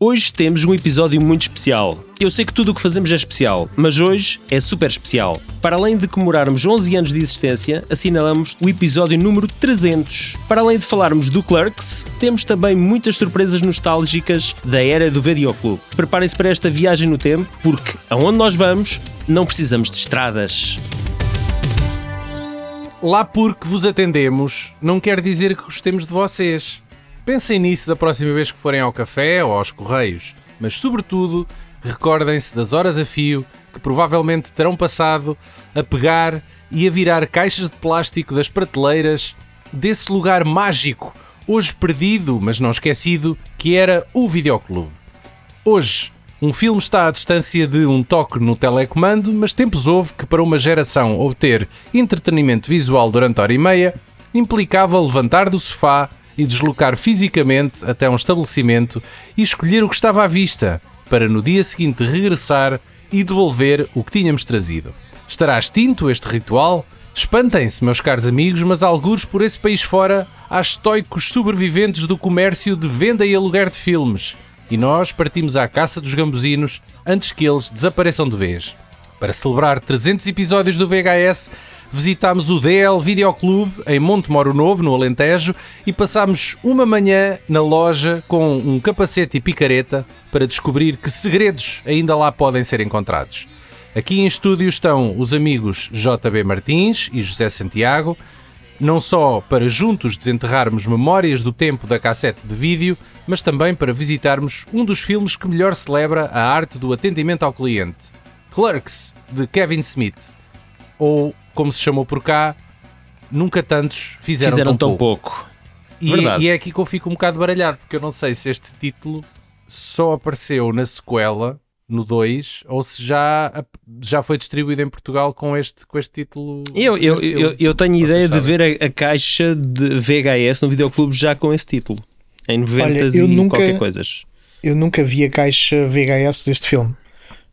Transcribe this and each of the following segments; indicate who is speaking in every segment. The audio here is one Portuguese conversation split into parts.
Speaker 1: Hoje temos um episódio muito especial. Eu sei que tudo o que fazemos é especial, mas hoje é super especial. Para além de comemorarmos 11 anos de existência, assinalamos o episódio número 300. Para além de falarmos do Clerks, temos também muitas surpresas nostálgicas da era do videoclube. Preparem-se para esta viagem no tempo, porque aonde nós vamos, não precisamos de estradas.
Speaker 2: Lá porque vos atendemos, não quer dizer que gostemos de vocês. Pensem nisso da próxima vez que forem ao café ou aos correios, mas sobretudo recordem-se das horas a fio que provavelmente terão passado a pegar e a virar caixas de plástico das prateleiras desse lugar mágico, hoje perdido, mas não esquecido, que era o videoclube. Hoje, um filme está à distância de um toque no telecomando, mas tempos houve que para uma geração obter entretenimento visual durante hora e meia implicava levantar do sofá e deslocar fisicamente até um estabelecimento e escolher o que estava à vista, para no dia seguinte regressar e devolver o que tínhamos trazido. Estará extinto este ritual? Espantem-se, meus caros amigos, mas alguns por esse país fora há estoicos sobreviventes do comércio de venda e aluguer de filmes e nós partimos à caça dos gambuzinos antes que eles desapareçam de vez. Para celebrar 300 episódios do VHS, visitámos o DL Videoclube em Monte Moro Novo, no Alentejo, e passámos uma manhã na loja com um capacete e picareta para descobrir que segredos ainda lá podem ser encontrados. Aqui em estúdio estão os amigos JB Martins e José Santiago, não só para juntos desenterrarmos memórias do tempo da cassete de vídeo, mas também para visitarmos um dos filmes que melhor celebra a arte do atendimento ao cliente, Clerks, de Kevin Smith. Ou, como se chamou por cá, Nunca Tantos Fizeram,
Speaker 1: Fizeram tão
Speaker 2: tão pouco.
Speaker 1: pouco.
Speaker 2: E,
Speaker 1: Verdade.
Speaker 2: e é aqui que eu fico um bocado baralhado, porque eu não sei se este título só apareceu na sequela, no 2, ou se já, ap- já foi distribuído em Portugal com este, com este título.
Speaker 1: Eu, eu,
Speaker 2: Este
Speaker 1: eu, eu tenho
Speaker 2: Vocês
Speaker 1: ideia de
Speaker 2: sabem.
Speaker 1: ver a, a caixa de VHS no videoclube já com esse título. Em 90
Speaker 3: eu
Speaker 1: e
Speaker 3: nunca-
Speaker 1: qualquer coisas.
Speaker 3: Eu nunca vi a caixa VHS deste filme.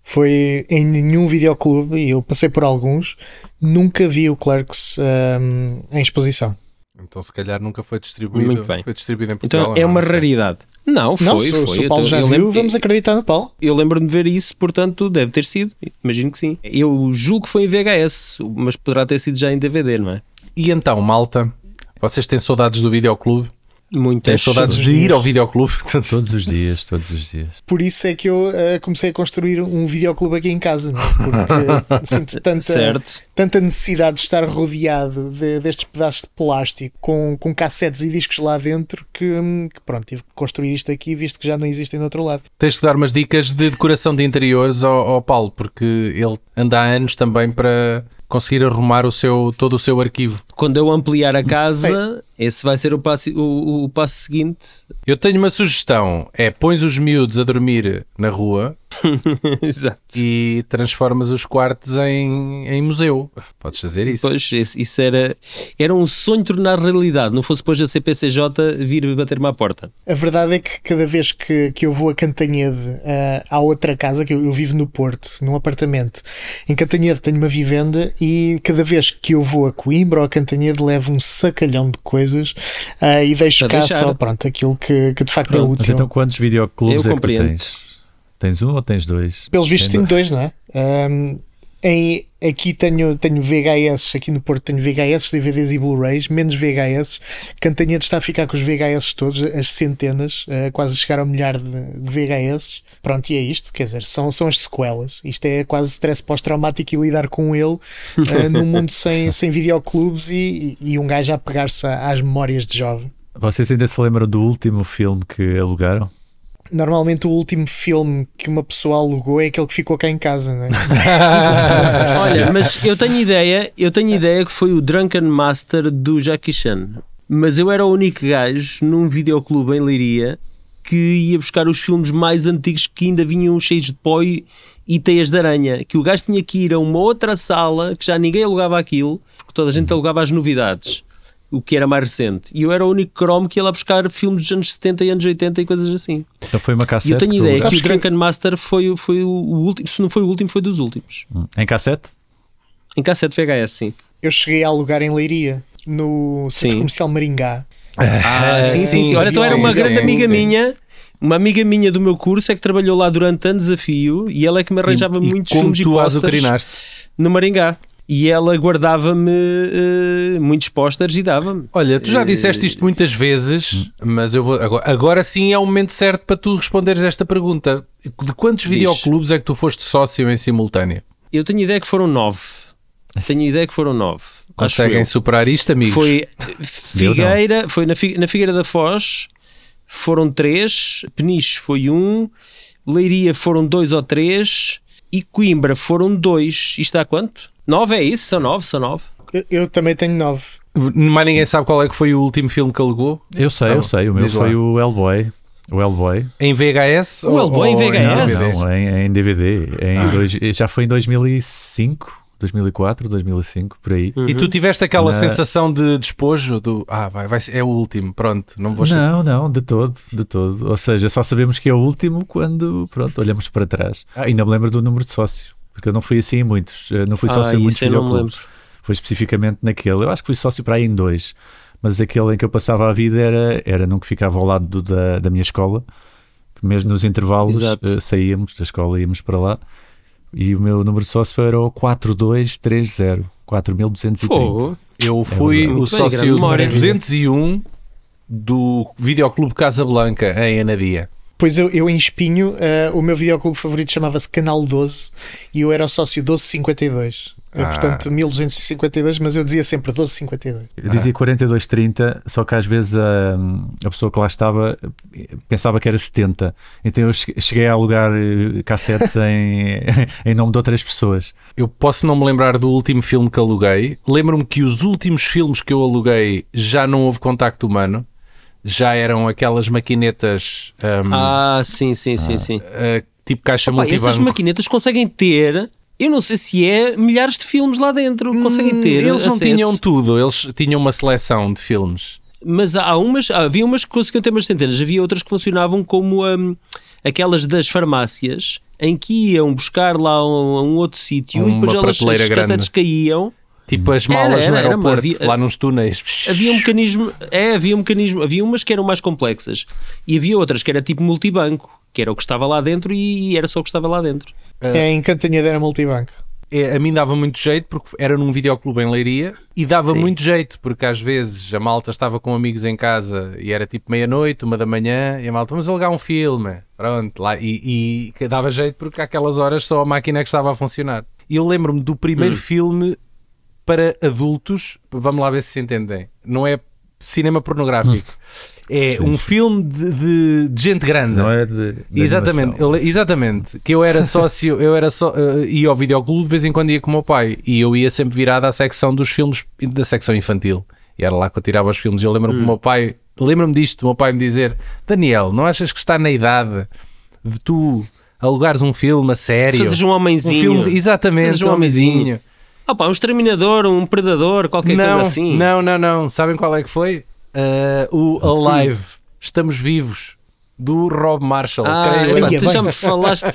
Speaker 3: Foi em nenhum videoclube e eu passei por alguns. Nunca vi o Clerks hum, em exposição.
Speaker 2: Então, se calhar nunca foi distribuído,
Speaker 1: Muito bem.
Speaker 2: Foi distribuído em Portugal.
Speaker 1: Então é
Speaker 2: não?
Speaker 1: uma raridade. Não, foi,
Speaker 3: não, se,
Speaker 1: foi.
Speaker 3: se o
Speaker 1: Eu
Speaker 3: Paulo
Speaker 1: tô-
Speaker 3: já
Speaker 1: eu
Speaker 3: viu,
Speaker 1: lembro-
Speaker 3: vamos acreditar no Paulo.
Speaker 1: Eu lembro-me de ver isso, portanto, deve ter sido. Imagino que sim. Eu julgo que foi em VHS, mas poderá ter sido já em DVD, não é?
Speaker 2: E então, malta, vocês têm saudades do videoclube? Têm
Speaker 1: Muitas.
Speaker 2: saudades
Speaker 3: todos
Speaker 2: de
Speaker 3: os
Speaker 2: ir
Speaker 3: dias.
Speaker 2: ao videoclube?
Speaker 4: Todos os dias, todos os dias.
Speaker 3: Por isso é que eu eh, comecei a construir um videoclube aqui em casa, não é? porque sinto tanta,
Speaker 1: Certo.
Speaker 3: tanta necessidade de estar rodeado de- destes pedaços de plástico com, com cassetes e discos lá dentro que, hum, que pronto, tive que construir isto aqui visto que já não existem do outro lado.
Speaker 2: Tens que dar umas dicas de decoração de interiores ao, ao Paulo, porque ele anda há anos também para conseguir arrumar o seu, todo o seu arquivo.
Speaker 1: Quando eu ampliar a casa, esse vai ser o passo, o, o passo seguinte.
Speaker 2: Eu tenho uma sugestão: é pões os miúdos a dormir na rua
Speaker 1: Exato.
Speaker 2: e transformas os quartos em, em museu. Podes fazer isso.
Speaker 1: Pois, isso, isso era, era um sonho tornar realidade. Não fosse depois a CPCJ vir bater-me à porta.
Speaker 3: A verdade é que cada vez que, que eu vou a Cantanhede, ah, à outra casa, que eu, eu vivo no Porto, num apartamento, em Cantanhede tenho uma vivenda e cada vez que eu vou a Coimbra ou a Cantanhede levo um sacalhão de coisas ah, e deixo
Speaker 1: Para
Speaker 3: cá
Speaker 1: deixar.
Speaker 3: só, pronto, aquilo que, que de facto é
Speaker 4: Pronto, mas
Speaker 3: útil.
Speaker 4: então quantos videoclubes
Speaker 1: Eu
Speaker 4: é que tu
Speaker 1: compreendo.
Speaker 4: tens? Tens um ou tens dois?
Speaker 3: Pelos vistos
Speaker 4: Tem
Speaker 3: tenho dois, não é? Ahm, em- aqui tenho, tenho VHS, aqui no Porto tenho VHS, DVDs e Blu-rays, menos VHS. Cantanhede está a ficar com os VHS todos, as centenas, ah, quase a chegar ao milhar de, de VHS. Pronto, e é isto, quer dizer, são, são as sequelas. Isto é quase stress pós-traumático e lidar com ele ah, num mundo sem, sem videoclubes e, e, e um gajo a pegar-se a- às memórias de jovem.
Speaker 4: Vocês ainda se lembram do último filme que alugaram?
Speaker 3: Normalmente o último filme que uma pessoa alugou é aquele que ficou cá em casa, não é?
Speaker 1: Olha, mas eu tenho ideia, eu tenho ideia que foi o Drunken Master do Jackie Chan. Mas eu era o único gajo num videoclube em Leiria que ia buscar os filmes mais antigos que ainda vinham cheios de pó e, e teias de aranha. Que o gajo tinha que ir a uma outra sala que já ninguém alugava aquilo, porque toda a gente alugava as novidades, o que era mais recente. E eu era o único cromo que ia lá buscar filmes dos anos 70 e anos 80 e coisas assim.
Speaker 4: Então foi uma
Speaker 1: E
Speaker 4: cassete?
Speaker 1: eu tenho
Speaker 4: que tu
Speaker 1: ideia que
Speaker 3: Sabes
Speaker 1: o
Speaker 3: que-
Speaker 1: Drunken Master foi, foi o último, se não foi o último, foi dos últimos.
Speaker 4: alugaste? Em cassete?
Speaker 1: Em cassete VHS, sim.
Speaker 3: Eu cheguei a alugar em Leiria, no centro
Speaker 1: Sim.
Speaker 3: comercial Maringá.
Speaker 1: Ah, sim, sim, sim. Olha, tu era uma
Speaker 3: sim,
Speaker 1: grande
Speaker 3: sim,
Speaker 1: amiga minha Uma amiga minha do meu curso é que trabalhou lá durante anos a fio e ela é que me arranjava
Speaker 2: e,
Speaker 1: muitos
Speaker 2: e como
Speaker 1: filmes e
Speaker 2: tu as
Speaker 1: posters
Speaker 2: ucranaste.
Speaker 1: no Maringá. E ela guardava-me eh, muitos pósteres e dava-me.
Speaker 2: Olha, tu
Speaker 1: Eh,
Speaker 2: já disseste isto muitas vezes, mas eu vou. Agora, agora sim é o momento certo para tu responderes esta pergunta. De quantos
Speaker 1: Diz.
Speaker 2: videoclubes é que tu foste sócio em simultâneo?
Speaker 1: Eu tenho ideia que foram nove. Tenho ideia que foram nove. Acho
Speaker 2: Conseguem
Speaker 1: eu.
Speaker 2: superar isto, amigos?
Speaker 1: Foi
Speaker 4: Eu não.
Speaker 1: Figueira, foi na, Fi- na Figueira da Foz, foram três, Peniche foi um, Leiria foram dois ou três e Coimbra foram dois. Isto dá quanto? Nove é isso? São nove, são nove.
Speaker 3: Eu, eu também tenho nove.
Speaker 2: Mas ninguém sabe qual é que foi o último filme que alugou?
Speaker 4: Eu
Speaker 1: Ah,
Speaker 4: sei,
Speaker 2: Tá bom,
Speaker 4: eu sei. O meu
Speaker 2: diz lá.
Speaker 4: foi o Hellboy. O Hellboy.
Speaker 2: Em VHS?
Speaker 1: O Hellboy em VHS?
Speaker 4: Não, em, em DVD. Em
Speaker 1: Ah.
Speaker 4: dois, já foi em 2005, 2004, 2005, por aí.
Speaker 1: Hum.
Speaker 2: E tu tiveste aquela
Speaker 4: Na-
Speaker 2: sensação de despojo do ah, vai, vai, ser- é o último, pronto, não vou chatear.
Speaker 4: Não, não, de todo, de todo. Ou seja, só sabemos que é o último quando, pronto, olhamos para trás. Ah, ainda me lembro do número de sócios, porque eu não fui assim em muitos. Eh, Não fui sócio
Speaker 1: Ah,
Speaker 4: em muitos
Speaker 1: isso eu não me
Speaker 4: videoclubes. Foi especificamente naquele. Eu acho que fui sócio para aí em dois. Mas aquele em que eu passava a vida era, era num que ficava ao lado do- da, da minha escola, que mesmo nos intervalos
Speaker 1: Exato.
Speaker 4: eh, saíamos da escola, íamos para lá. E o meu número de sócio era o 4230, 4230.
Speaker 2: Hum.
Speaker 1: Fogo.
Speaker 2: Eu fui
Speaker 1: verdade.
Speaker 2: o
Speaker 1: Muito bem, grande
Speaker 2: sócio
Speaker 1: memória.
Speaker 2: 201 do Videoclube Casablanca em Anadia.
Speaker 3: Pois eu, eu em Espinho, eh, o meu videoclube favorito chamava-se Canal 12 e eu era o sócio 1252. Eh,
Speaker 2: Ah.
Speaker 3: Portanto, 1252, mas eu dizia sempre 1252.
Speaker 4: Eu dizia 42,30, só que às vezes a, a pessoa que lá estava eh, pensava que era 70. Então eu che- cheguei a alugar eh, cassetes em, em nome de outras pessoas.
Speaker 2: Eu posso não me lembrar do último filme que aluguei. Lembro-me que os últimos filmes que eu aluguei já não houve contacto humano. Já eram aquelas maquinetas hum,
Speaker 1: Ah, sim, sim, sim, sim.
Speaker 2: ah, tipo caixa
Speaker 1: Pá, essas
Speaker 2: multibanco.
Speaker 1: maquinetas conseguem ter, eu não sei se é, milhares de filmes lá dentro. Conseguem
Speaker 2: Hum,
Speaker 1: ter.
Speaker 2: Eles não
Speaker 1: acesso.
Speaker 2: tinham tudo, eles tinham uma seleção de filmes.
Speaker 1: Mas há umas, havia umas que conseguiam ter umas centenas, havia outras que funcionavam como hum, aquelas das farmácias em que iam buscar lá a um, a um outro sítio e
Speaker 2: Uma
Speaker 1: depois elas
Speaker 2: prateleira
Speaker 1: as cassetes
Speaker 2: grande.
Speaker 1: caíam.
Speaker 2: Tipo as
Speaker 1: Era,
Speaker 2: malas
Speaker 1: era,
Speaker 2: no
Speaker 1: era uma-
Speaker 2: aeroporto,
Speaker 1: havia-
Speaker 2: lá nos túneis.
Speaker 1: Havia um mecanismo, é, havia um mecanismo, havia umas que eram mais complexas e havia outras que era tipo multibanco, que era o que estava lá dentro e era só o que estava lá dentro.
Speaker 2: Ah.
Speaker 3: É em Cantanhede era multibanco.
Speaker 2: É, a mim dava muito jeito porque era num videoclube em Leiria e dava muito jeito porque às vezes a malta estava com amigos em casa e era tipo meia-noite, uma da manhã e a malta, vamos alugar um filme, pronto, lá e, e que dava jeito porque àquelas horas só a máquina é que estava a funcionar. E eu lembro-me do
Speaker 4: Hum.
Speaker 2: primeiro filme para adultos, vamos lá ver se se entendem, não é cinema pornográfico, é um filme de, de- de gente grande.
Speaker 4: Hum. Não é de, de
Speaker 2: Exatamente,
Speaker 4: animação.
Speaker 2: eu le- exatamente. Que eu era sócio, eu era só eh, ia ao videoclube de vez em quando ia com o meu pai e eu ia sempre virado à secção dos filmes da secção infantil. E era lá que eu tirava os filmes. E Eu
Speaker 1: Hum.
Speaker 2: lembro-me do meu pai, lembro-me disto, do meu pai me dizer: "Daniel, não achas que está na idade de tu alugares um filme a sério?"
Speaker 1: Seja um
Speaker 2: um
Speaker 1: homenzinho.
Speaker 2: filme, exatamente,
Speaker 1: Seja
Speaker 2: um
Speaker 1: um homenzinho.
Speaker 2: homenzinho.
Speaker 1: Ah pá, um exterminador, um predador, qualquer
Speaker 2: não,
Speaker 1: coisa assim.
Speaker 2: Não, não, não. Sabem qual é que foi? Ah,
Speaker 1: Hum.
Speaker 2: o Alive, Estamos Vivos, do Rob Marshall.
Speaker 1: Ah,
Speaker 2: creio eu.
Speaker 1: epá,
Speaker 3: Ia
Speaker 1: tu
Speaker 3: bem.
Speaker 1: já me falaste,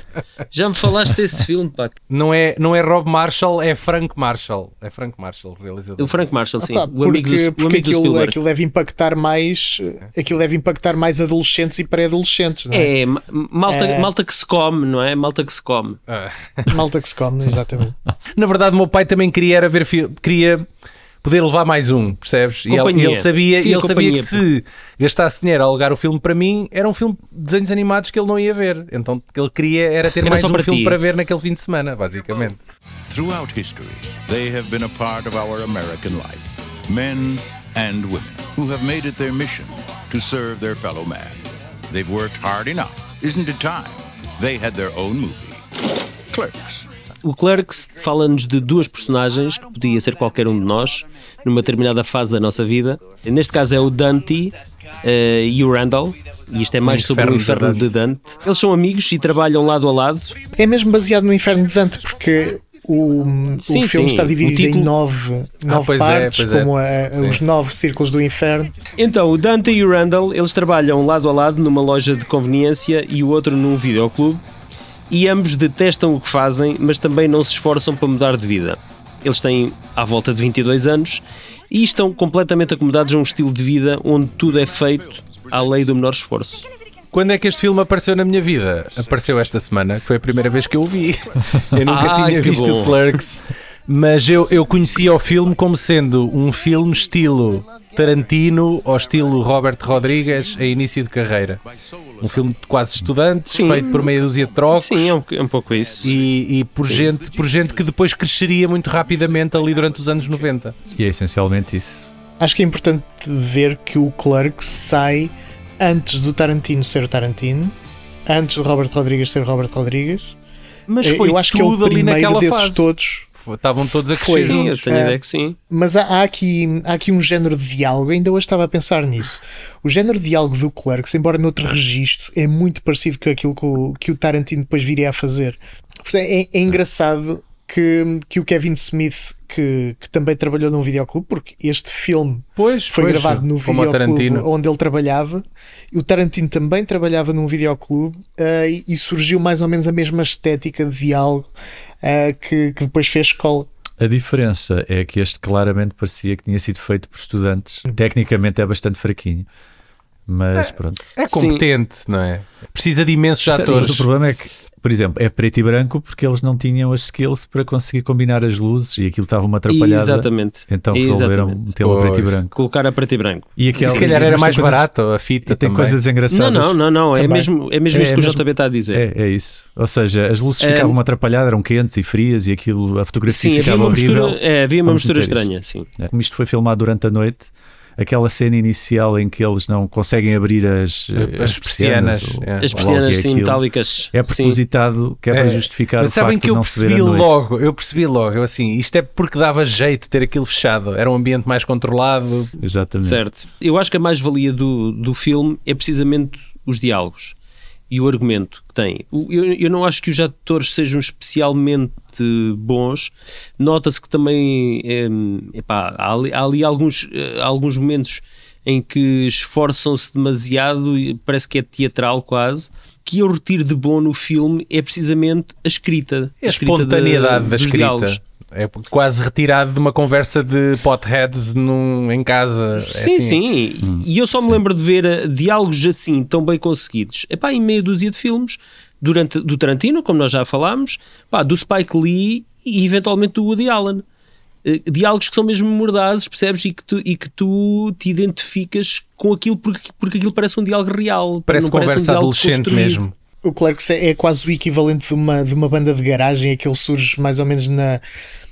Speaker 1: já me falaste desse filme, pá.
Speaker 2: Não é, não é Rob Marshall, é Frank Marshall. É Frank Marshall, realizador.
Speaker 1: O Frank Marshall, sim.
Speaker 3: Pá,
Speaker 1: o amigo
Speaker 3: porque
Speaker 1: do, o amigo
Speaker 3: porque
Speaker 1: do
Speaker 3: aquilo,
Speaker 1: Spielberg.
Speaker 3: aquilo deve impactar mais aquilo deve impactar mais adolescentes e pré-adolescentes, não é?
Speaker 1: É, ma- malta,
Speaker 3: É.
Speaker 1: malta que se come, não é? Malta que se come.
Speaker 2: Ah.
Speaker 1: É.
Speaker 3: Malta que se come, exatamente.
Speaker 2: Na verdade, o meu pai também queria era ver fi- queria poder levar mais um, percebes? E ele,
Speaker 1: Companhia.
Speaker 2: e ele sabia, e
Speaker 1: Tinha
Speaker 2: ele sabia
Speaker 1: companhia,
Speaker 2: que se gastasse dinheiro a alugar o filme para mim, era um filme de desenhos animados que ele não ia ver. Então, o que ele queria era ter
Speaker 1: Era
Speaker 2: mais
Speaker 1: só
Speaker 2: um
Speaker 1: para
Speaker 2: filme
Speaker 1: ti.
Speaker 2: para ver naquele fim de semana, basicamente.
Speaker 5: Throughout history, they have been a part of our American life. Men and women who have made it their mission to serve their fellow man. They've worked hard enough. Isn't it time? They had their own movie. Clerks.
Speaker 1: O Clerks fala-nos de duas personagens que podia ser qualquer um de nós numa determinada fase da nossa vida. Neste caso é o Dante eh, e o Randall. E isto é mais
Speaker 2: O
Speaker 1: sobre o
Speaker 2: inferno
Speaker 1: inferno
Speaker 2: de
Speaker 1: de Dante. Eles são amigos e trabalham lado a lado.
Speaker 3: É mesmo baseado no Inferno de Dante, porque o,
Speaker 1: Sim,
Speaker 3: o filme
Speaker 1: sim,
Speaker 3: está dividido
Speaker 1: o título-
Speaker 3: em nove, nove
Speaker 2: pois é,
Speaker 3: partes,
Speaker 2: pois é.
Speaker 3: como a- a- os nove círculos do Inferno.
Speaker 1: Então, o Dante e o Randall, eles trabalham lado a lado numa loja de conveniência e o outro num videoclube. E ambos detestam o que fazem, mas também não se esforçam para mudar de vida. Eles têm à volta de 22 anos e estão completamente acomodados a um estilo de vida onde tudo é feito à lei do menor esforço.
Speaker 2: Quando é que este filme apareceu na minha vida? Apareceu esta semana, que foi a primeira vez que eu o vi. Eu nunca
Speaker 1: Ah,
Speaker 2: tinha
Speaker 1: que
Speaker 2: visto
Speaker 1: bom.
Speaker 2: o Clerks, mas eu, eu conhecia o filme como sendo um filme estilo Tarantino ou estilo Robert Rodrigues a início de carreira. Um filme de quase estudantes,
Speaker 1: Sim.
Speaker 2: feito por meia dúzia de trocos.
Speaker 1: Sim, é um, é um pouco isso.
Speaker 2: E, e por, gente, por gente que depois cresceria muito rapidamente ali durante os anos 90.
Speaker 4: E é essencialmente isso.
Speaker 3: Acho que é importante ver que o Clark sai antes do Tarantino ser o Tarantino, antes do Robert Rodrigues ser o Robert Rodrigues.
Speaker 2: Mas
Speaker 3: Eu-
Speaker 2: foi
Speaker 3: eu acho que é o
Speaker 2: tudo ali
Speaker 3: primeiro
Speaker 2: naquela
Speaker 3: desses
Speaker 2: fase.
Speaker 3: todos.
Speaker 2: Estavam todos a
Speaker 3: Foi.
Speaker 2: crescer.
Speaker 1: Sim, eu tenho
Speaker 3: É.
Speaker 1: a ideia que sim.
Speaker 3: Mas há, há aqui, há aqui um género de diálogo, ainda hoje estava a pensar nisso. O género de diálogo do Clerks, embora noutro registro, é muito parecido com aquilo que o, que o Tarantino depois viria a fazer. Portanto, É, é engraçado que, que o Kevin Smith, que, que também trabalhou num videoclube, porque este filme
Speaker 2: Pois,
Speaker 3: foi
Speaker 2: pois,
Speaker 3: gravado no
Speaker 2: como o
Speaker 3: videoclube
Speaker 2: Tarantino.
Speaker 3: onde ele trabalhava. E o Tarantino também trabalhava num videoclube eh, e- e surgiu mais ou menos a mesma estética de diálogo eh, que, que depois fez escola.
Speaker 4: A diferença é que este claramente parecia que tinha sido feito por estudantes. Tecnicamente é bastante fraquinho, mas pronto.
Speaker 2: É competente, não é? Precisa de imensos
Speaker 4: Sim, mas
Speaker 2: atores.
Speaker 4: o problema é que, por exemplo, é preto e branco porque eles não tinham as skills para conseguir combinar as luzes e aquilo estava uma atrapalhada.
Speaker 1: Exatamente.
Speaker 4: Então resolveram
Speaker 1: Exatamente.
Speaker 4: metê-lo a preto e
Speaker 2: Pois.
Speaker 4: branco.
Speaker 1: Colocar a preto e branco.
Speaker 4: E
Speaker 2: E
Speaker 4: aquela-
Speaker 2: se calhar
Speaker 4: mas
Speaker 2: era
Speaker 4: tem
Speaker 2: mais
Speaker 4: coisas-
Speaker 2: barato a
Speaker 4: E
Speaker 2: fita
Speaker 4: tem
Speaker 2: também.
Speaker 4: coisas
Speaker 1: Não,
Speaker 4: engraçadas.
Speaker 1: não, não, não. É
Speaker 3: Também.
Speaker 1: mesmo, é mesmo
Speaker 4: É,
Speaker 1: isso que
Speaker 4: é
Speaker 1: o JB está a dizer.
Speaker 4: É, é isso. Ou seja, as luzes
Speaker 1: É.
Speaker 4: ficavam atrapalhadas, eram quentes e frias e aquilo, a fotografia
Speaker 1: Sim, havia
Speaker 4: ficava
Speaker 1: uma mistura,
Speaker 4: horrível.
Speaker 1: é, havia uma
Speaker 4: Vamos
Speaker 1: mistura
Speaker 4: meter
Speaker 1: estranha, sim.
Speaker 4: É. Como isto foi filmado durante a noite, aquela cena inicial em que eles não conseguem abrir as,
Speaker 2: eh, As persianas, é.
Speaker 1: As
Speaker 4: ou- ou lá o que
Speaker 1: persianas
Speaker 4: é
Speaker 1: sim,
Speaker 4: aquilo,
Speaker 1: metálicas.
Speaker 4: É
Speaker 1: sim.
Speaker 4: propositado que é,
Speaker 2: É.
Speaker 4: para justificar
Speaker 2: Mas
Speaker 4: o
Speaker 2: sabem
Speaker 4: facto
Speaker 2: que
Speaker 4: de
Speaker 2: eu
Speaker 4: não se ver
Speaker 2: percebi
Speaker 4: à noite.
Speaker 2: logo, eu percebi logo, eu assim, isto é porque dava jeito ter aquilo fechado, era um ambiente mais controlado.
Speaker 4: Exatamente.
Speaker 1: Certo. Eu acho que a mais-valia do, do filme é precisamente os diálogos e o argumento que tem. O- Eu, eu não acho que os atores sejam especialmente bons. Nota-se que também em, epá, há, ali, há ali alguns, eh, alguns momentos em que esforçam-se demasiado e parece que é teatral quase. Que eu retiro de bom no filme é precisamente a escrita,
Speaker 2: É A espontaneidade da,
Speaker 1: dos
Speaker 2: escrita
Speaker 1: diálogos.
Speaker 2: é quase retirado de uma conversa de potheads num, em casa.
Speaker 1: Sim,
Speaker 2: é assim.
Speaker 1: sim. e eu só me lembro de ver eh, diálogos assim, tão bem conseguidos, epá, em meia dúzia de filmes, durante, do Tarantino, como nós já falámos, pá, do Spike Lee e eventualmente do Woody Allen. Eh, Diálogos que são mesmo mordazes, percebes? E que tu, e que tu te identificas com aquilo porque, porque aquilo parece um diálogo real.
Speaker 2: Parece
Speaker 1: não parece um
Speaker 2: conversa
Speaker 1: diálogo
Speaker 2: adolescente
Speaker 1: construído.
Speaker 2: mesmo.
Speaker 3: O Clerks é, é quase o equivalente de uma, de uma banda de garagem, aquele surge mais ou menos na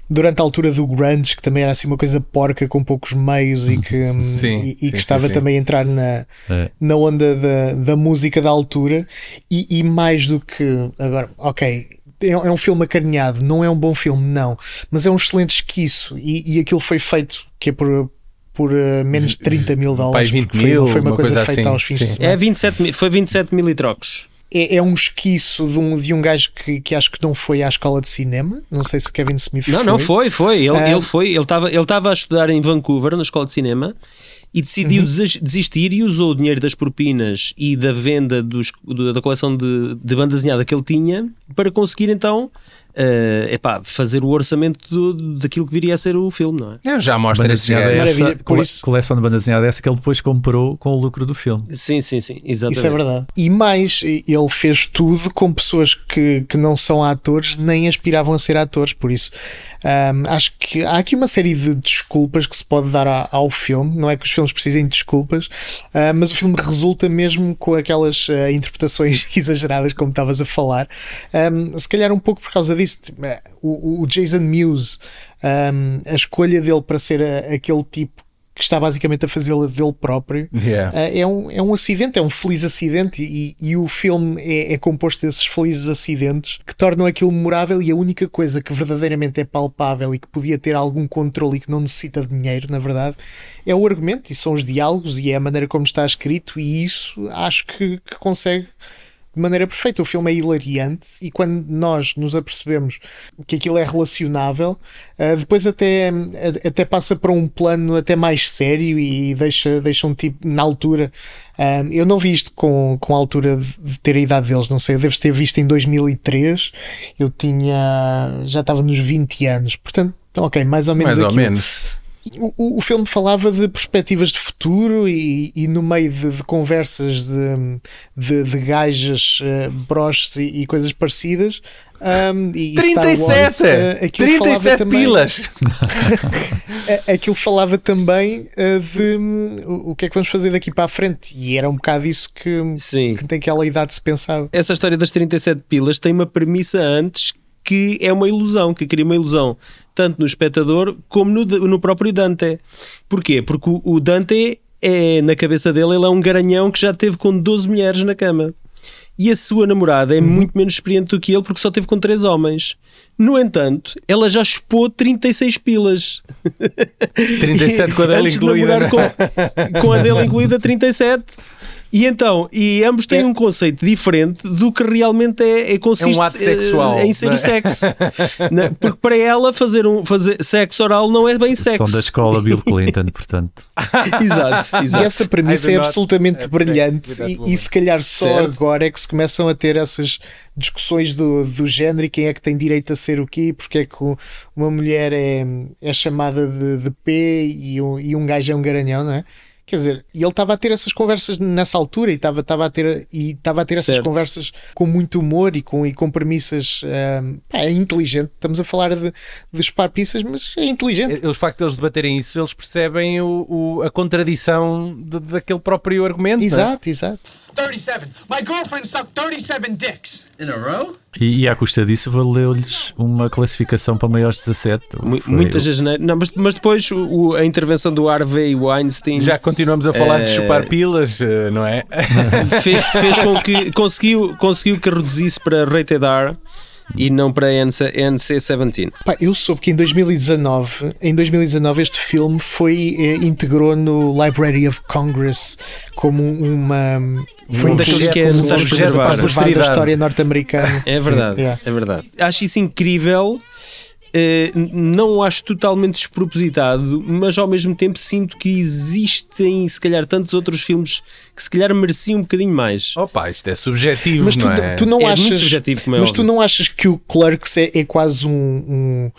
Speaker 3: durante a altura do grunge, que também era assim uma coisa porca com poucos meios e que, hum,
Speaker 2: Sim,
Speaker 3: e, e
Speaker 2: sim,
Speaker 3: que
Speaker 2: sim,
Speaker 3: estava
Speaker 2: sim.
Speaker 3: também a entrar na,
Speaker 4: É.
Speaker 3: na onda da, da música da altura e, e mais do que agora, ok, é, um- é um filme acarinhado, não é um bom filme, não, mas é um excelente esquiço e, e aquilo foi feito que é por, por eh, menos de 30 mil dólares,
Speaker 2: 20
Speaker 3: porque foi,
Speaker 2: mil,
Speaker 3: foi uma,
Speaker 2: uma
Speaker 3: coisa,
Speaker 2: coisa
Speaker 3: feita
Speaker 2: assim,
Speaker 3: aos fins de
Speaker 2: sim.
Speaker 3: semana
Speaker 1: É 27 mil, foi 27 mil e trocos.
Speaker 3: é, é um esquiço de um, de um gajo que, que acho que não foi à escola de cinema. Não sei se o Kevin Smith
Speaker 1: Não,
Speaker 3: foi.
Speaker 1: não, foi, foi. Ele,
Speaker 3: Ah.
Speaker 1: ele foi, ele estava ele estava a estudar em Vancouver, na escola de cinema, e decidiu
Speaker 3: Uhum.
Speaker 1: deses- desistir e usou o dinheiro das propinas e da venda dos, do- da coleção de, de banda desenhada que ele tinha para conseguir então eh, epá, fazer o orçamento do- daquilo que viria a ser o filme, não é?
Speaker 2: Eu já mostro
Speaker 4: Banda
Speaker 2: estes
Speaker 4: desenhada é
Speaker 2: gajos.
Speaker 4: essa,
Speaker 3: Maravilha, por
Speaker 4: cole-
Speaker 3: isso-
Speaker 4: coleção de banda desenhada é essa que ele depois comprou com o lucro do filme.
Speaker 1: Sim, sim, sim, exatamente.
Speaker 3: Isso é verdade. E mais, e- ele fez tudo com pessoas que, que não são atores nem aspiravam a ser atores. Por isso, ahm, acho que há aqui uma série de desculpas que se pode dar a- ao filme. Não é que os filmes precisem de desculpas, ah, mas o filme resulta mesmo com aquelas ah, interpretações exageradas, como estavas a falar. Ahm, se calhar um pouco por causa disso. tipo, eh, O, o Jason Mewes, ahm, a escolha dele para ser a- aquele tipo que está basicamente a fazê-la dele próprio.
Speaker 2: Yeah.
Speaker 3: Ah, é, um, é um acidente, é um feliz acidente, e, e o filme é, é composto desses felizes acidentes que tornam aquilo memorável. E a única coisa que verdadeiramente é palpável e que podia ter algum controle e que não necessita de dinheiro, na verdade, é o argumento, e são os diálogos, e é a maneira como está escrito. E isso acho que, que consegue de maneira perfeita. O filme é hilariante e quando nós nos apercebemos que aquilo é relacionável, ah, depois até, a- até passa para um plano até mais sério e deixa, deixa um tipo na altura. Ah, eu não vi isto com, com a altura de de ter a idade deles, não sei, eu devo ter visto em 2003, eu tinha já estava nos 20 anos, portanto, então, ok, mais ou menos
Speaker 2: Mais ou
Speaker 3: aquilo.
Speaker 2: menos.
Speaker 3: o, o- o filme falava de perspectivas de futuro e, e no meio de, de conversas de, de, de gajas, eh, broches e, e coisas parecidas. ahm, e Star Wars,
Speaker 2: 37!
Speaker 3: eh, aquilo falava
Speaker 2: 37
Speaker 3: também-
Speaker 2: pilas!
Speaker 3: a- aquilo falava também eh, de hum, o, o que é que vamos fazer daqui para a frente. E era um bocado isso que,
Speaker 1: Sim.
Speaker 3: que naquela idade se pensava.
Speaker 1: essa história das 37 pilas tem uma premissa antes que é uma ilusão, que cria uma ilusão tanto no espectador como no, no próprio Dante. Porquê? Porque o, o Dante, é, na cabeça dele, ele é um garanhão que já teve com 12 mulheres na cama. E a sua namorada é muito menos experiente do que ele porque só teve com três homens. No entanto, ela já expôs 36 pilas.
Speaker 2: 37 com a dela
Speaker 1: Antes de
Speaker 2: incluída.
Speaker 1: namorar
Speaker 2: não é?
Speaker 1: Com, com a dela incluída 37. E então, e ambos têm um conceito diferente do que realmente é, é consiste
Speaker 2: É um ato sexual,
Speaker 1: eh, em ser
Speaker 2: não é?
Speaker 1: o sexo. Né? Porque para ela fazer um fazer sexo oral não é bem sexo.
Speaker 4: São da escola Bill Clinton, portanto.
Speaker 1: Exato,
Speaker 3: E
Speaker 1: exato.
Speaker 3: essa premissa
Speaker 2: I do
Speaker 3: é
Speaker 2: not
Speaker 3: absolutamente
Speaker 2: have
Speaker 3: brilhante,
Speaker 2: sex with that
Speaker 3: e, e se calhar só
Speaker 1: Certo.
Speaker 3: agora é que se começam a ter essas discussões do, do género e quem é que tem direito a ser o quê, porque é que o- uma mulher é, é chamada de, de P e um, e um gajo é um garanhão, não é? Quer dizer, e ele estava a ter essas conversas nessa altura e estava estava a ter, e estava a ter essas
Speaker 1: Certo.
Speaker 3: conversas com muito humor e com, e com premissas. ahm, pá, é inteligente, estamos a falar de, de esparpiças, mas é inteligente.
Speaker 2: Eles, o facto de eles debaterem isso, eles percebem o- o- a contradição de- daquele próprio argumento. não é?
Speaker 3: Exato, exato.
Speaker 6: 37. My girlfriend sucked 37 dicks.
Speaker 7: In a row?
Speaker 4: E, e à custa disso valeu-lhes uma classificação para maiores de 17.
Speaker 1: Mu-
Speaker 4: Foi
Speaker 1: Muitas
Speaker 4: o-
Speaker 1: vezes, né? não, mas, mas depois o- o- a intervenção do Harvey Weinstein
Speaker 2: Já continuamos a falar de
Speaker 1: É.
Speaker 2: chupar pilas, eh, não é?
Speaker 1: fez, fez com que conseguiu, conseguiu que reduzisse para rated R e não para NC, NC-17.
Speaker 3: Pá, eu soube que em 2019, em 2019 este filme foi eh, integrou no Library of Congress como uma foi
Speaker 1: Um daqueles
Speaker 3: incluído
Speaker 1: que é
Speaker 3: como
Speaker 1: necessário
Speaker 3: objeto
Speaker 1: preservar.
Speaker 3: da
Speaker 2: Posteridade.
Speaker 3: história norte-americana.
Speaker 1: É
Speaker 3: Sim,
Speaker 1: verdade,
Speaker 3: yeah.
Speaker 1: é verdade. Acho isso incrível. eh, n- não o acho totalmente despropositado, mas ao mesmo tempo sinto que existem, se calhar, tantos outros filmes que se calhar mereciam um bocadinho mais.
Speaker 4: Oh,
Speaker 2: Opa, isto é subjetivo,
Speaker 3: Mas tu
Speaker 2: não
Speaker 3: tu não,
Speaker 2: é?
Speaker 1: É muito
Speaker 3: achas
Speaker 1: subjetivo, como é
Speaker 3: Mas
Speaker 1: óbvio.
Speaker 3: tu não achas que o Clerks é, é quase um, um-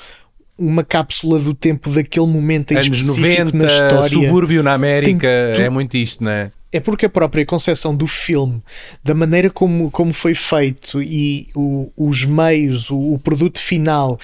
Speaker 3: uma cápsula do tempo daquele momento em
Speaker 2: Anos
Speaker 3: específico
Speaker 2: 90,
Speaker 3: na história?
Speaker 2: subúrbio na América,
Speaker 3: Tem tu-
Speaker 2: é muito isto, não é?
Speaker 3: é porque a própria concepção do filme, da maneira como, como foi feito e o- os meios, o, o produto final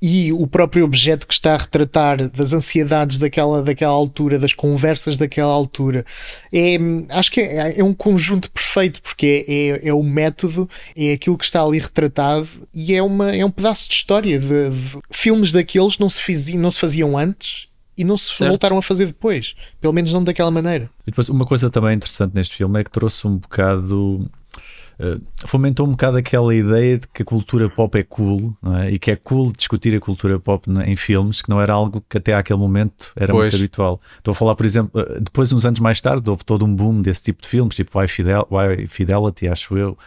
Speaker 3: e o próprio objeto que está a retratar das ansiedades daquela, daquela altura, das conversas daquela altura, é, acho que é, é um conjunto perfeito porque é, é, é o método, é aquilo que está ali retratado e é, uma, é um pedaço de história de, de- filmes daqueles não se, fizi, não se faziam antes e não se
Speaker 1: Certo.
Speaker 3: voltaram a fazer depois, pelo menos não daquela maneira.
Speaker 4: E depois, uma coisa também interessante neste filme é que trouxe um bocado. eh, fomentou um bocado aquela ideia de que a cultura pop é cool não é? e que é cool discutir a cultura pop na- em filmes, que não era algo que até àquele momento era
Speaker 2: Pois.
Speaker 4: muito habitual. Estou a falar, por exemplo, eh, depois, uns anos mais tarde, houve todo um boom desse tipo de filmes, tipo Why, Fidel, Why Fidelity, acho eu,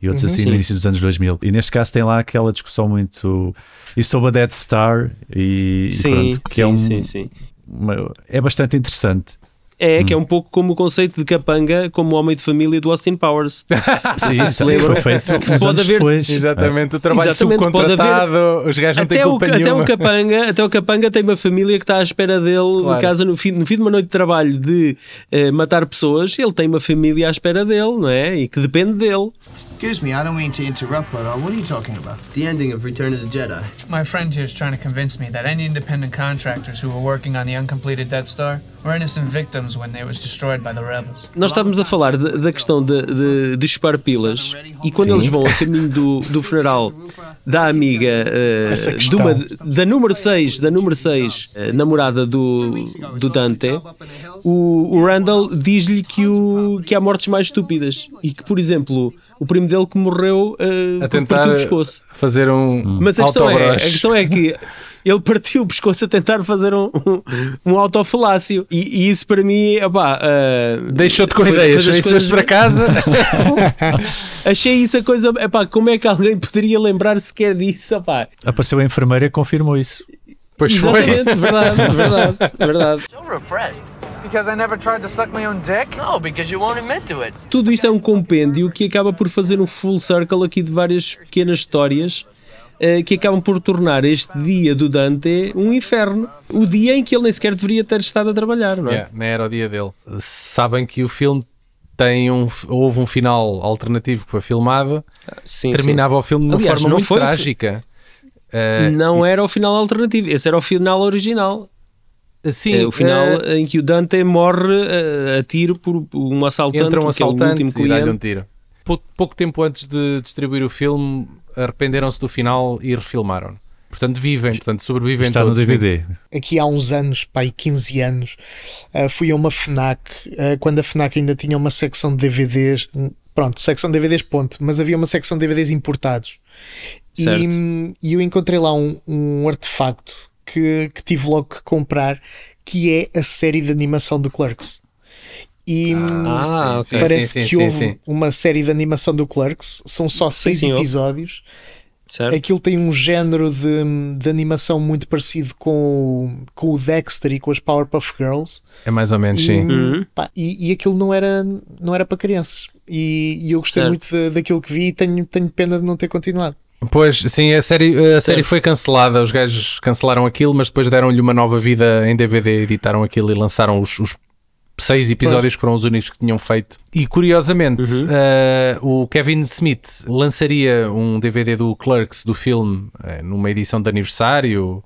Speaker 4: e outros assim no
Speaker 1: Uhum, sim.
Speaker 4: início dos anos 2000. E neste caso tem lá aquela discussão muito. E sobre a Dead Star, e, e pronto, que é, um,
Speaker 1: sim, sim.
Speaker 4: uma- é bastante interessante.
Speaker 1: É, que é um pouco como o conceito de capanga como homem de família do Austin Powers.
Speaker 4: Sim,
Speaker 1: se
Speaker 4: sim,
Speaker 1: lembram?
Speaker 4: foi feito uns
Speaker 1: Pode
Speaker 4: anos
Speaker 1: haver-
Speaker 4: depois.
Speaker 2: Exatamente, o trabalho
Speaker 1: Exatamente, pode haver-
Speaker 2: subcontratado, os gajos não têm
Speaker 1: Até o,
Speaker 2: culpa
Speaker 1: até,
Speaker 2: nenhuma.
Speaker 1: o capanga, até o Capanga tem uma família que está à espera dele
Speaker 2: Claro.
Speaker 1: em casa no fim, no fim de uma noite de trabalho de eh, matar pessoas. Ele tem uma família à espera dele, não é? E que depende dele.
Speaker 8: Excuse me, I don't mean to interrupt, but uh, what are you talking about?
Speaker 7: The ending of Return of the Jedi.
Speaker 6: My friend here is trying to convince me that any independent contractors who were working on the uncompleted Death Star were innocent victims when it was destroyed by the rebels.
Speaker 1: Nós estávamos a falar de- da questão de, de, de chupar pilas e quando eles vão a caminho do, do funeral da amiga eh,
Speaker 3: Essa
Speaker 1: de
Speaker 3: questão.
Speaker 1: uma- da número 6, da número 6 namorada do, do Dante, o, o Randall diz-lhe que, o, que há mortes mais estúpidas e que, por exemplo, o primo dele que morreu eh,
Speaker 2: A
Speaker 1: partiu
Speaker 2: tentar
Speaker 1: o pescoço.
Speaker 2: fazer
Speaker 3: Hum.
Speaker 2: um
Speaker 1: Mas a questão, é, a
Speaker 2: autobrush.
Speaker 1: questão é que ele partiu o pescoço a tentar fazer um, um, um autofalácio e, e isso para mim, opá, eh,
Speaker 2: Deixou-te com
Speaker 1: foi-
Speaker 2: ideias,
Speaker 1: foi das
Speaker 2: foi isso é
Speaker 1: coisas-
Speaker 2: para casa.
Speaker 1: Achei isso a coisa. Epá, como é que alguém poderia lembrar sequer disso? Epá?
Speaker 4: Apareceu a enfermeira e confirmou isso.
Speaker 2: pois foi.
Speaker 1: Exatamente, verdade, verdade, verdade.
Speaker 7: So repressed.
Speaker 6: because I never tried to suck my own dick?
Speaker 7: No, because you won't admit to it.
Speaker 1: Tudo isto é um compêndio que acaba por fazer um full circle aqui de várias pequenas histórias eh, que acabam por tornar este dia do Dante um inferno. O dia em que ele nem sequer deveria ter estado a trabalhar, não é?
Speaker 2: Yeah, não era o dia dele. Sabem que o filme tem um. Houve um final alternativo que foi filmado,
Speaker 1: Sim,
Speaker 2: terminava o filme de uma
Speaker 1: Aliás,
Speaker 2: forma
Speaker 1: não
Speaker 2: muito
Speaker 1: foi um fi-
Speaker 2: trágica.
Speaker 1: sim.
Speaker 2: Eh,
Speaker 1: Não era o final alternativo, esse era o final original.
Speaker 2: Sim,
Speaker 1: é o final
Speaker 2: eh,
Speaker 1: em que o Dante morre eh, a tiro por um assaltante,
Speaker 2: entra um
Speaker 1: que é o
Speaker 2: assaltante
Speaker 1: último
Speaker 2: e dá-lhe um
Speaker 1: cliente.
Speaker 2: tiro. Pou- pouco tempo antes de distribuir o filme, arrependeram-se do final e refilmaram. Portanto, vivem, portanto, sobrevivem
Speaker 4: Está no
Speaker 2: todos.
Speaker 4: DVD.
Speaker 3: aqui há uns anos, pai, 15 anos, ah, fui a uma FNAC, ah, quando a FNAC ainda tinha uma secção de DVDs, hum, pronto, secção de DVDs, ponto, mas havia uma secção de DVDs importados. E,
Speaker 1: Certo.
Speaker 3: hum, E eu encontrei lá um, um artefacto que, que tive logo que comprar, que é a série de animação do Clerks. E hum,
Speaker 1: Ah,
Speaker 2: Sim,
Speaker 1: ok.
Speaker 3: parece
Speaker 2: sim,
Speaker 3: que
Speaker 2: sim,
Speaker 3: houve
Speaker 2: sim.
Speaker 3: uma série de animação do Clerks, são só seis
Speaker 1: sim, houve.
Speaker 3: episódios
Speaker 1: Certo.
Speaker 2: É
Speaker 3: aquilo tem um género de, de animação muito parecido com, o- com o Dexter e com as Powerpuff Girls
Speaker 2: É mais ou menos,
Speaker 3: e,
Speaker 2: sim.
Speaker 1: Uhum.
Speaker 3: pá, e, e aquilo não era, não era para crianças e, e eu gostei
Speaker 1: Certo.
Speaker 3: muito da- daquilo que vi e tenho, tenho pena de não ter continuado
Speaker 2: Pois, sim, a série, a série foi cancelada. Os gajos cancelaram aquilo, mas depois deram-lhe uma nova vida em DVD, editaram aquilo e lançaram os, os seis episódios que foram os únicos que tinham feito. E curiosamente, eh, o Kevin Smith lançaria um DVD do Clerks do filme eh, numa edição de aniversário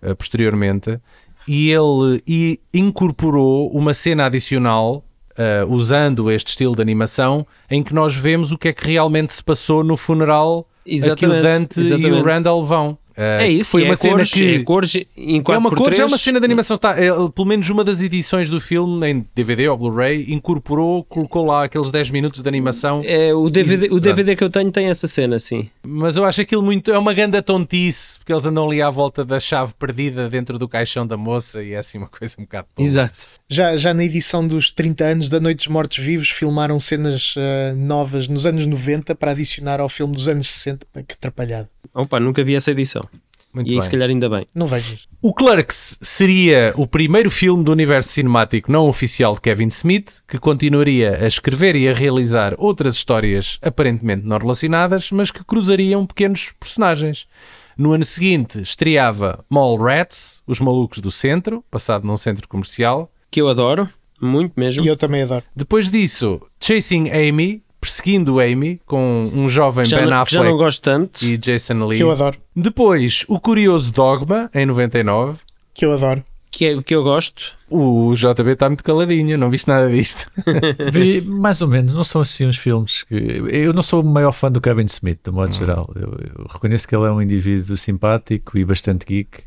Speaker 2: eh, posteriormente. E ele e incorporou uma cena adicional eh, usando este estilo de animação em que nós vemos o que é que realmente se passou no funeral a que o
Speaker 1: Exatamente,
Speaker 2: Dante e
Speaker 1: exatamente.
Speaker 2: o Randall vão. Eh,
Speaker 1: É isso,
Speaker 2: foi
Speaker 1: é
Speaker 2: uma cena
Speaker 1: cores,
Speaker 2: que
Speaker 1: é cores em
Speaker 2: é
Speaker 1: 4
Speaker 2: uma
Speaker 1: por
Speaker 2: cor, já é
Speaker 1: 3.
Speaker 2: uma cena de animação. Tá, é, pelo menos uma das edições do filme, em DVD ou Blu-ray, incorporou, colocou lá aqueles 10 minutos de animação.
Speaker 1: É, o, DVD, o
Speaker 2: Exato.
Speaker 1: DVD que eu tenho tem essa cena, sim.
Speaker 2: Mas eu acho aquilo muito. É uma ganda tontice, porque eles andam ali à volta da chave perdida dentro do caixão da moça e é assim uma coisa um bocado. tola.
Speaker 1: Exato.
Speaker 3: já, já na edição dos 30 anos da Noite dos Mortos Vivos filmaram cenas ah, novas nos anos 90 para adicionar ao filme dos anos 60 Pá, que atrapalhado,
Speaker 1: Opa, nunca vi essa edição.
Speaker 2: Muito
Speaker 1: e é aí,
Speaker 2: bem.
Speaker 1: se calhar, ainda bem.
Speaker 3: não vejo
Speaker 2: O Clerks seria o primeiro filme do universo cinemático não oficial de Kevin Smith, que continuaria a escrever e a realizar outras histórias aparentemente não relacionadas, mas que cruzariam pequenos personagens. No ano seguinte estreava Mallrats, Os Malucos do Centro, passado num centro comercial.
Speaker 1: Que eu adoro, muito mesmo.
Speaker 3: e eu também adoro
Speaker 2: Depois disso, Chasing Amy, Perseguindo Amy, com um jovem
Speaker 1: já,
Speaker 2: Ben
Speaker 1: não, já
Speaker 2: Affleck
Speaker 1: não gosto tanto.
Speaker 2: e Jason Lee.
Speaker 3: que eu adoro,
Speaker 2: Depois, O Curioso Dogma, em 99.
Speaker 3: que eu adoro
Speaker 1: Que é o que eu gosto.
Speaker 2: O JB está muito caladinho, não viste nada disto.
Speaker 4: Vi, mais ou menos, não são assim uns filmes que. Eu não sou o maior fã do Kevin Smith, de
Speaker 2: Hum.
Speaker 4: modo geral. Eu, eu reconheço que ele é um indivíduo simpático e bastante geek,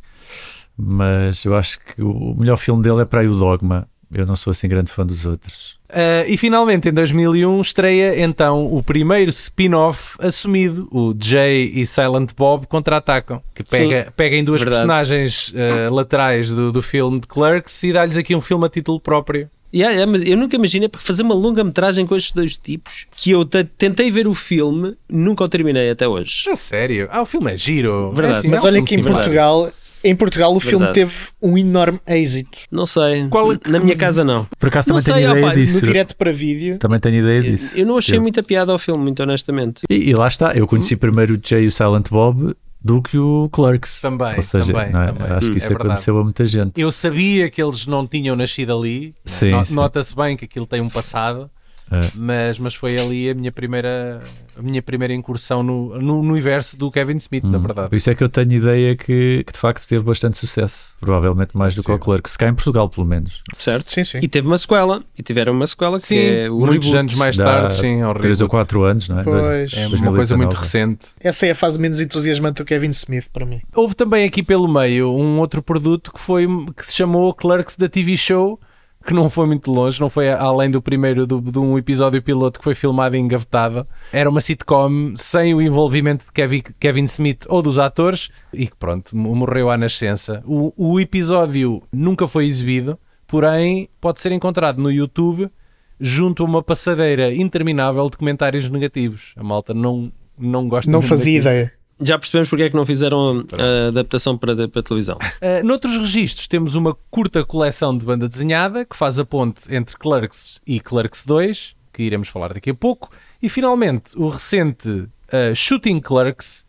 Speaker 4: mas eu acho que o melhor filme dele é para aí o Dogma. Eu não sou assim grande fã dos outros.
Speaker 2: Ah, e finalmente, em 2001, estreia então o primeiro spin-off assumido, o Jay e Silent Bob contra-atacam, que pega, pega em duas
Speaker 1: verdade.
Speaker 2: personagens ah, laterais do, do filme de Clerks e dá-lhes aqui um filme a título próprio.
Speaker 1: Yeah, yeah, é, mas eu nunca imaginei porque fazer uma longa-metragem com estes dois tipos que eu te- tentei ver o filme, nunca o terminei até hoje.
Speaker 2: A sério? Ah, o filme é giro.
Speaker 1: Verdade.
Speaker 2: É assim,
Speaker 3: mas
Speaker 2: é um
Speaker 3: olha
Speaker 2: filme
Speaker 3: que em
Speaker 2: simpático.
Speaker 3: Portugal em Portugal o filme
Speaker 1: Verdade.
Speaker 3: teve um enorme êxito
Speaker 1: Não sei.
Speaker 2: Qual é que-
Speaker 1: Na minha casa, não.
Speaker 4: Por acaso
Speaker 1: Não
Speaker 4: também tenho
Speaker 1: sei,
Speaker 4: ideia
Speaker 1: opa, no
Speaker 4: disso.
Speaker 3: no direto para vídeo
Speaker 2: Tá.
Speaker 4: Também tenho ideia disso.
Speaker 1: Eu não achei
Speaker 4: Eu-
Speaker 1: muita piada ao filme, muito honestamente.
Speaker 4: E, e lá está, eu conheci primeiro o Jay e o Silent Bob do que o Clerks.
Speaker 2: Também,
Speaker 4: Ou seja,
Speaker 2: também,
Speaker 4: não é?
Speaker 2: também.
Speaker 4: acho
Speaker 2: Hum,
Speaker 4: que isso
Speaker 2: é verdade.
Speaker 4: aconteceu a muita gente.
Speaker 2: Eu sabia que eles não tinham nascido ali. né?
Speaker 4: Sim,
Speaker 2: No-
Speaker 4: sim.
Speaker 2: Nota-se bem que aquilo tem um passado.
Speaker 4: É.
Speaker 2: Mas, mas foi ali a minha primeira, a minha primeira incursão no, no, no universo do Kevin Smith, na verdade.
Speaker 4: Por isso é que eu tenho ideia que, que de facto teve bastante sucesso. Provavelmente mais do que o Clerks, se cá em Portugal, pelo menos.
Speaker 1: Certo?
Speaker 3: Sim, sim.
Speaker 1: E teve uma sequela. E tiveram uma sequela que
Speaker 2: Sim,
Speaker 1: é o
Speaker 2: muitos
Speaker 1: reboot.
Speaker 2: anos mais
Speaker 4: Dá
Speaker 2: tarde, sim, ao
Speaker 4: 3 ou
Speaker 2: reboot.
Speaker 4: 4 anos, não é?
Speaker 3: Pois.
Speaker 2: É uma coisa
Speaker 4: 2019.
Speaker 2: muito recente.
Speaker 3: Essa é a fase menos entusiasmante do Kevin Smith para mim.
Speaker 2: Houve também aqui pelo meio um outro produto que, foi, que se chamou Clerks da TV Show, que não foi muito longe, não foi a- além do primeiro do, de um episódio piloto que foi filmado e engavetado. Era uma sitcom sem o envolvimento de Kevin, Kevin Smith ou dos atores e que pronto, mo- morreu à nascença. O, o episódio nunca foi exibido, porém pode ser encontrado no YouTube junto a uma passadeira interminável de comentários negativos. A malta não, não gosta
Speaker 3: Não
Speaker 2: mesmo
Speaker 3: fazia
Speaker 2: daquilo.
Speaker 3: ideia.
Speaker 1: já percebemos porque é que não fizeram a adaptação para, para televisão.
Speaker 2: Uh, noutros registros, temos uma curta coleção de banda desenhada que faz a ponte entre Clerks e Clerks 2, que iremos falar daqui a pouco. E finalmente, o recente uh, Shooting Clerks,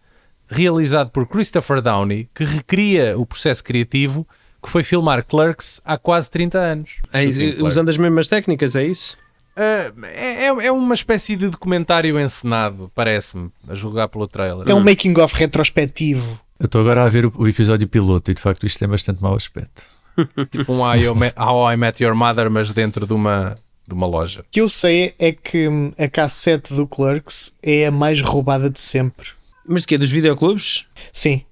Speaker 2: realizado por Christopher Downey, que recria o processo criativo que foi filmar Clerks há quase 30 anos.
Speaker 1: É isso,
Speaker 2: Shooting Clerks.
Speaker 1: usando as mesmas técnicas, é isso?
Speaker 2: Uh, é, é- é uma espécie de documentário encenado, parece-me, a julgar pelo trailer.
Speaker 3: É um making of retrospectivo.
Speaker 4: Eu estou agora a ver o, o episódio piloto e de facto isto tem bastante mau aspecto.
Speaker 2: tipo um I- How I Met Your Mother, mas dentro de uma, de uma loja.
Speaker 3: O que eu sei é que hum, a cassete do Clerks é a mais roubada de sempre.
Speaker 1: Mas que é dos videoclubes?
Speaker 3: Sim,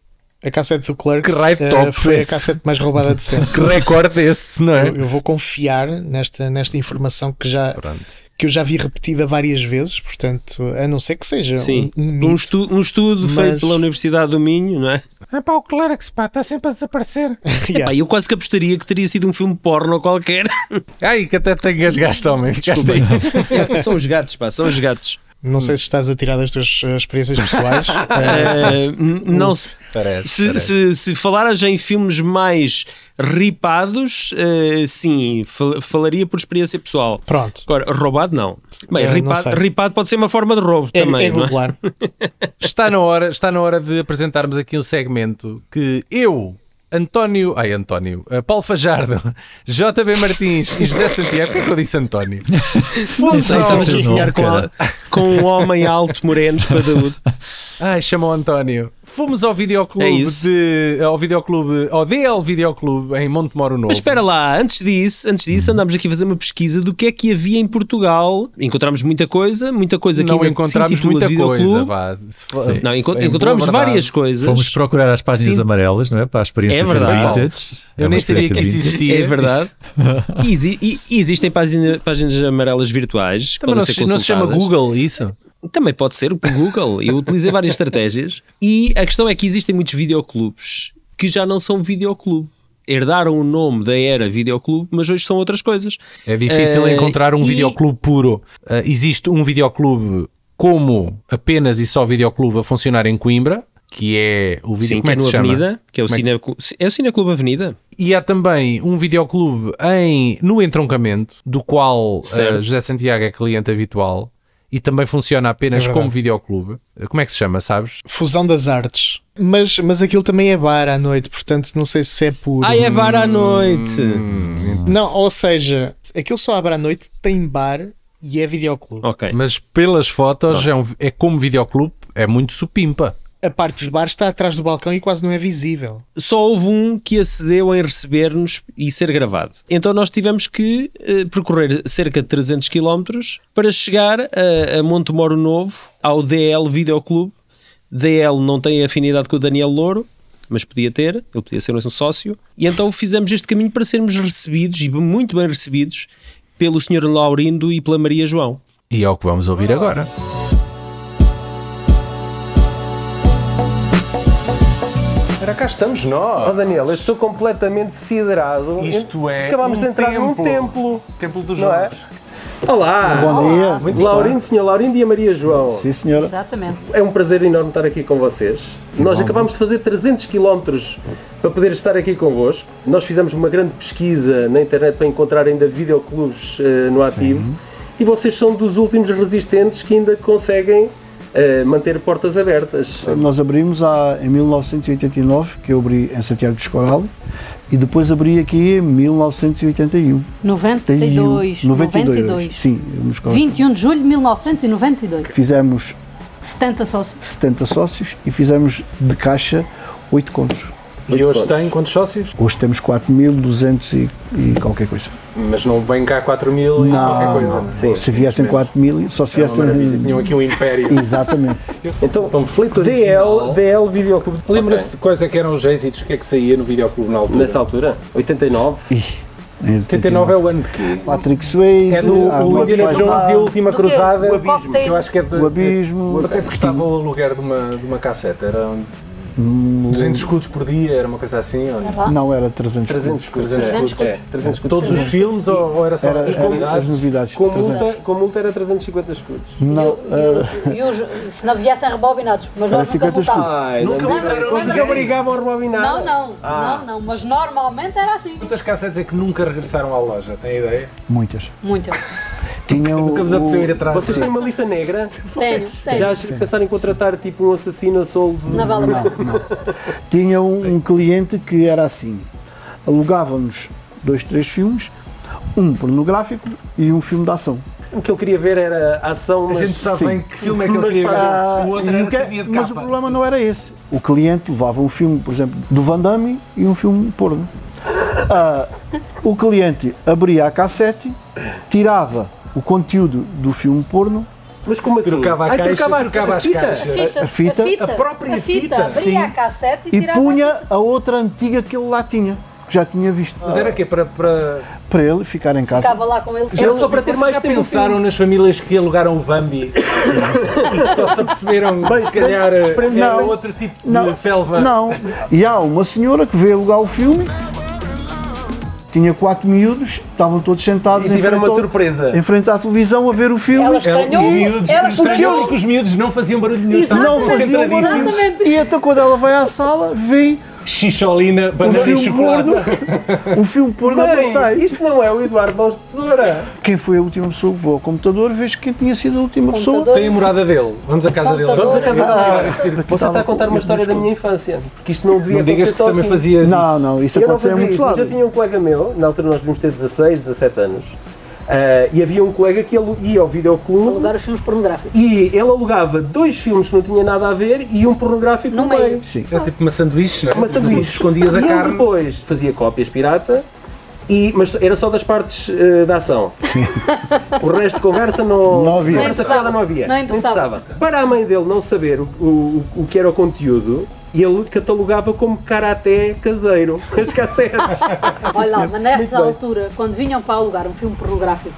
Speaker 3: a cassete do Clerks
Speaker 2: Que raio de
Speaker 3: eh,
Speaker 2: top
Speaker 3: foi a
Speaker 2: esse?
Speaker 3: cassete mais roubada de sempre.
Speaker 2: Que recorde esse, não
Speaker 1: é?
Speaker 3: Eu, eu vou confiar nesta, nesta informação que, já,
Speaker 2: Pronto.
Speaker 3: que eu já vi repetida várias vezes, portanto, a não ser que seja
Speaker 1: Sim.
Speaker 3: um, um
Speaker 1: Um,
Speaker 3: mito.
Speaker 1: estu- um estudo
Speaker 3: Mas-
Speaker 1: feito pela Universidade do Minho, não é?
Speaker 2: É pá, o Clerks, pá, está sempre a desaparecer.
Speaker 3: Yeah.
Speaker 1: Pá, eu quase que apostaria que teria sido um filme porno qualquer.
Speaker 2: Ai, que até te engasgaste, homem. Ficaste aí.
Speaker 1: É, são os gatos, pá, são os gatos.
Speaker 3: Não sei se estás a tirar das tuas eh, experiências pessoais. Eh,
Speaker 1: Eh, n- não se,
Speaker 2: Parece,
Speaker 1: se,
Speaker 2: parece.
Speaker 1: se, se falaras em filmes mais ripados, eh, sim, fal- falaria por experiência pessoal.
Speaker 3: pronto.
Speaker 1: Agora, roubado não. Bem,
Speaker 3: Eh, não
Speaker 1: ripado,
Speaker 3: sei.
Speaker 1: ripado pode ser uma forma de roubo
Speaker 3: É,
Speaker 1: também.
Speaker 3: é
Speaker 1: não é?
Speaker 3: googlar.
Speaker 2: Está na, hora, está na hora de apresentarmos aqui um segmento que eu, António. Ai, António. eh, Paulo Fajardo, JB Martins e José Santiago. Por que é que eu disse António? Fomos
Speaker 1: Sei,
Speaker 2: ao-
Speaker 1: estamos a sonhar Então, com,
Speaker 4: cara.
Speaker 1: al- com um homem alto, moreno, espadaúdo.
Speaker 2: Ai, chamou António. Fomos ao
Speaker 1: É
Speaker 2: videoclube
Speaker 1: isso.
Speaker 2: de. eh, ao videoclube. ao DL Videoclube em Montemoro Novo.
Speaker 1: Mas espera lá, antes disso, antes
Speaker 2: Uhum.
Speaker 1: disso andámos aqui a fazer uma pesquisa do que é que havia em Portugal. Encontramos muita coisa, muita coisa que
Speaker 2: não
Speaker 1: ainda se
Speaker 2: encontramos
Speaker 1: intitula
Speaker 2: muita
Speaker 1: videoclube.
Speaker 2: coisa, vá. Se for-
Speaker 1: Não, enco-
Speaker 2: em boa
Speaker 1: encontramos
Speaker 2: verdade.
Speaker 1: várias coisas.
Speaker 4: Fomos procurar as páginas
Speaker 1: Sim.
Speaker 4: amarelas, não é? Para a experiência
Speaker 1: É
Speaker 4: ser
Speaker 1: verdade.
Speaker 4: vintage. É
Speaker 2: Eu
Speaker 4: uma
Speaker 2: nem sabia
Speaker 4: experiência
Speaker 2: que isso
Speaker 4: vintage.
Speaker 2: existia.
Speaker 1: É verdade. E, exi- e- e existem página- páginas amarelas virtuais.
Speaker 2: Também
Speaker 1: podem
Speaker 2: não,
Speaker 1: ser
Speaker 2: se, não se chama
Speaker 1: consultadas.
Speaker 2: Google isso?
Speaker 1: Também pode ser o Google. Eu utilizei várias estratégias. E a questão é que existem muitos videoclubes que já não são videoclube. Herdaram o nome da era videoclube, mas hoje são outras coisas.
Speaker 2: É difícil
Speaker 1: Eh,
Speaker 2: encontrar um
Speaker 1: e-
Speaker 2: videoclube puro. Ah, existe um videoclube como apenas e só videoclube a funcionar em Coimbra, que é o
Speaker 1: Sim,
Speaker 2: videoclube
Speaker 1: que é
Speaker 2: como é que
Speaker 1: no
Speaker 2: se chama?
Speaker 1: Avenida, que é o
Speaker 2: Como é que se- Hum.
Speaker 1: Cineclube. É o Cineclube Avenida?
Speaker 2: E há também um videoclube em, no entroncamento, do qual
Speaker 1: Certo.
Speaker 2: eh, José Santiago é cliente habitual e também funciona apenas
Speaker 3: É verdade.
Speaker 2: como videoclube. Eh, Como é que se chama, sabes?
Speaker 3: Fusão das artes. Mas, mas aquilo também é bar à noite, portanto não sei se é puro.
Speaker 1: Ah, é bar à noite.
Speaker 3: Não, ou seja, aquilo só abre à noite, tem bar e é videoclube.
Speaker 1: Ok.
Speaker 2: Mas pelas fotos é, um- é como videoclube, é muito supimpa.
Speaker 3: A parte de bar está atrás do balcão e quase não é visível.
Speaker 1: Só houve um que acedeu em receber-nos e ser gravado. Então nós tivemos que eh, percorrer cerca de 300 quilómetros para chegar a, a Montemoro Novo, ao DL Videoclube. DL não tem afinidade com o Daniel Louro, mas podia ter, ele podia ser um sócio. E então fizemos este caminho para sermos recebidos, e muito bem recebidos, pelo Sr. Laurindo e pela Maria João.
Speaker 2: E é o que vamos
Speaker 1: Ah.
Speaker 2: ouvir agora.
Speaker 7: Ora, cá estamos nós. Oh, Daniel, eu estou completamente siderado.
Speaker 9: Isto é
Speaker 7: Acabámos
Speaker 9: um
Speaker 7: de entrar num
Speaker 9: templo.
Speaker 7: templo.
Speaker 9: Templo dos
Speaker 7: Não é? Olá!
Speaker 10: Bom dia.
Speaker 7: Muito Laurindo, senhor Laurindo e a Maria João.
Speaker 10: Sim, senhora.
Speaker 9: Exatamente.
Speaker 7: É um prazer enorme estar aqui com vocês. Nós acabámos de fazer 300 quilómetros para poder estar aqui convosco. Nós fizemos uma grande pesquisa na internet para encontrar ainda videoclubes eh, no ativo. E vocês são dos últimos resistentes que ainda conseguem eh, manter portas abertas.
Speaker 10: Nós abrimos há, em 1989, que eu abri em Santiago de Escoral, e depois abri aqui em 1981.
Speaker 9: 92. 92.
Speaker 10: Sim, no Escoral.
Speaker 9: 21 de julho de 1992.
Speaker 10: Fizemos
Speaker 9: 70 sócios.
Speaker 10: 70 sócios e fizemos de caixa 8 contos.
Speaker 7: E hoje tem
Speaker 2: quantos sócios?
Speaker 10: Hoje temos 4.200 e, e qualquer coisa.
Speaker 2: Mas não vem cá 4 mil e
Speaker 10: Não, não.
Speaker 7: Sim.
Speaker 10: se viessem 4.000, só
Speaker 2: É
Speaker 10: se viessem...
Speaker 2: aqui um império.
Speaker 10: Exatamente.
Speaker 7: Então, DL, DL Videoclube.
Speaker 2: Lembra-se quais é que eram os êxitos, o que é que saía no videoclube na altura?
Speaker 7: Nessa altura? 89?
Speaker 10: Em
Speaker 2: 89 é o ano de quê?
Speaker 10: Patrick Swayze,
Speaker 2: É do
Speaker 10: Arnold
Speaker 2: o Indiana Jones
Speaker 10: Schwarzenegger,
Speaker 2: e a Última
Speaker 9: Do quê?
Speaker 2: Cruzada.
Speaker 9: O Abismo.
Speaker 2: que eu acho que é de.
Speaker 10: O Abismo.
Speaker 2: Quanto é que custava o aluguer de uma, de uma cassete? Era
Speaker 10: Hum.
Speaker 3: No-
Speaker 2: 200 escudos por dia, era uma coisa assim? Ou... não?
Speaker 3: Não era 300
Speaker 7: 300 escudos. é.
Speaker 9: 300 escudos.
Speaker 7: É, 300 escudos.
Speaker 2: Todos os filmes ou, ou era só
Speaker 3: Era,
Speaker 2: as
Speaker 3: era as
Speaker 2: novidades?
Speaker 3: novidades.
Speaker 7: Com
Speaker 3: 300.
Speaker 7: multa, com multa era 350 escudos.
Speaker 3: Não, eh,
Speaker 9: E os- se não viessem rebobinados, mas
Speaker 3: Era
Speaker 9: nós nunca
Speaker 3: 50 escudos.
Speaker 9: voltávamos.
Speaker 7: Ai,
Speaker 2: Nunca
Speaker 7: não,
Speaker 9: multa era
Speaker 7: não,
Speaker 9: coisa
Speaker 7: já
Speaker 9: de-
Speaker 7: obrigavam a rebobinar.
Speaker 9: Não, não,
Speaker 7: Ah.
Speaker 9: não, não, mas normalmente era assim.
Speaker 2: Quantas cassetes é que nunca regressaram à loja? Tem ideia?
Speaker 3: muitas.
Speaker 9: Muito.
Speaker 3: Tinha o-
Speaker 2: Nunca vos apeteceu ir atrás?
Speaker 7: Vocês têm uma lista negra?
Speaker 9: Tenho, tenho.
Speaker 7: Já acho- pensaram em contratar tipo um assassino a soldo?
Speaker 9: Não vale a pena.
Speaker 3: tinha um, um cliente que era assim: alugávamos dois, três filmes, um pornográfico e um filme de ação.
Speaker 7: O que ele queria ver era a ação,
Speaker 2: A
Speaker 7: mas
Speaker 2: gente sabe
Speaker 3: Sim.
Speaker 2: bem que filme é que ele
Speaker 7: Mas
Speaker 2: queria ver.
Speaker 7: para-
Speaker 2: O outro
Speaker 3: E
Speaker 2: era
Speaker 3: o que- é-
Speaker 2: CD de
Speaker 3: mas o
Speaker 2: capa.
Speaker 3: problema não era esse. O cliente levava um filme, por exemplo, do Van Damme e um filme porno. Ah, o cliente abria a cassete, tirava o conteúdo do filme porno,
Speaker 7: mas como assim?
Speaker 2: Trocava a
Speaker 7: Ai,
Speaker 2: caixa,
Speaker 7: trocava a-
Speaker 2: trocava
Speaker 7: a
Speaker 2: as
Speaker 7: fita.
Speaker 2: caixas.
Speaker 9: fita,
Speaker 3: a fita-
Speaker 2: a própria
Speaker 9: a fita,
Speaker 2: fita.
Speaker 9: abria
Speaker 3: Sim.
Speaker 9: a cassete e,
Speaker 3: e
Speaker 9: tirava
Speaker 3: punha a outra antiga que ele lá tinha, que já tinha visto,
Speaker 2: Mas era o quê? Para, para...
Speaker 3: para ele ficar em casa.
Speaker 9: ficava lá com ele.
Speaker 7: Era só para ter
Speaker 2: Vocês
Speaker 7: mais
Speaker 2: já
Speaker 7: tempo no
Speaker 2: pensaram
Speaker 7: filme.
Speaker 2: nas famílias que alugaram o Bambi? e só se aperceberam, se calhar, eh,
Speaker 3: esperemos-
Speaker 2: era
Speaker 3: não.
Speaker 2: outro tipo de
Speaker 3: Não,
Speaker 2: selva.
Speaker 3: Não. E há uma senhora que veio alugar o filme. Tinha quatro miúdos, estavam todos sentados
Speaker 7: E tiveram
Speaker 3: em,
Speaker 7: uma
Speaker 3: frente ao-
Speaker 7: surpresa.
Speaker 3: em frente à televisão a ver o filme.
Speaker 9: Ela
Speaker 2: Ela-
Speaker 9: estranhou,
Speaker 2: os miúdos,
Speaker 9: ela
Speaker 2: estranhou
Speaker 9: estranhou.
Speaker 2: que os miúdos não faziam barulho nenhum, estavam
Speaker 3: não fazia um
Speaker 2: concentradíssimos.
Speaker 3: barulho.
Speaker 9: Exatamente.
Speaker 3: E então quando ela vai à sala, vê
Speaker 2: Xixolina,
Speaker 3: um
Speaker 2: banana e
Speaker 3: filme
Speaker 2: chocolate.
Speaker 3: porno. Um filme porno a passar.
Speaker 7: Bem, isto não é o Eduardo Mãos de Tesoura.
Speaker 3: Quem foi a última pessoa que levou ao computador, vejo quem tinha sido a última pessoa.
Speaker 2: Tem a morada dele. Vamos à casa dele.
Speaker 9: Vamos à casa
Speaker 7: dele.
Speaker 3: Aqui
Speaker 7: Você está
Speaker 3: estava
Speaker 7: a contar uma
Speaker 3: com-
Speaker 7: história da minha infância, porque isto não devia
Speaker 2: Não digas
Speaker 7: acontecer
Speaker 2: que
Speaker 7: só
Speaker 2: também
Speaker 7: aqui.
Speaker 2: fazias
Speaker 3: Não,
Speaker 2: isso.
Speaker 3: não, isso
Speaker 7: eu não
Speaker 3: aconteceu
Speaker 7: fazia
Speaker 3: muito
Speaker 7: isso, mas eu
Speaker 3: suave.
Speaker 7: tinha um colega meu, na altura nós devíamos ter 16, 17 anos, ah, e havia um colega que ele ia ao videoclube
Speaker 9: Alugar os filmes pornográficos.
Speaker 7: e ele alugava dois filmes que não tinha nada a ver e um pornográfico no,
Speaker 9: No meio.
Speaker 7: meio.
Speaker 3: Sim.
Speaker 2: Era tipo uma sanduíche, não é?
Speaker 7: Mas
Speaker 2: Tu
Speaker 7: sabias,
Speaker 2: Escondias a
Speaker 7: e ele
Speaker 9: um
Speaker 2: carne.
Speaker 7: depois fazia cópias pirata, e, mas era só das partes eh, da ação. O resto de conversa não,
Speaker 3: Não havia.
Speaker 7: Conversa
Speaker 9: Não
Speaker 7: fiada não
Speaker 9: interessava.
Speaker 7: havia.
Speaker 9: Não interessava.
Speaker 7: Para a mãe dele não saber o, o, o que era o conteúdo, ele catalogava como karaté caseiro as cassetes.
Speaker 9: Olha lá, mas nessa
Speaker 7: Muito bem.
Speaker 9: altura, quando vinham para alugar um filme pornográfico,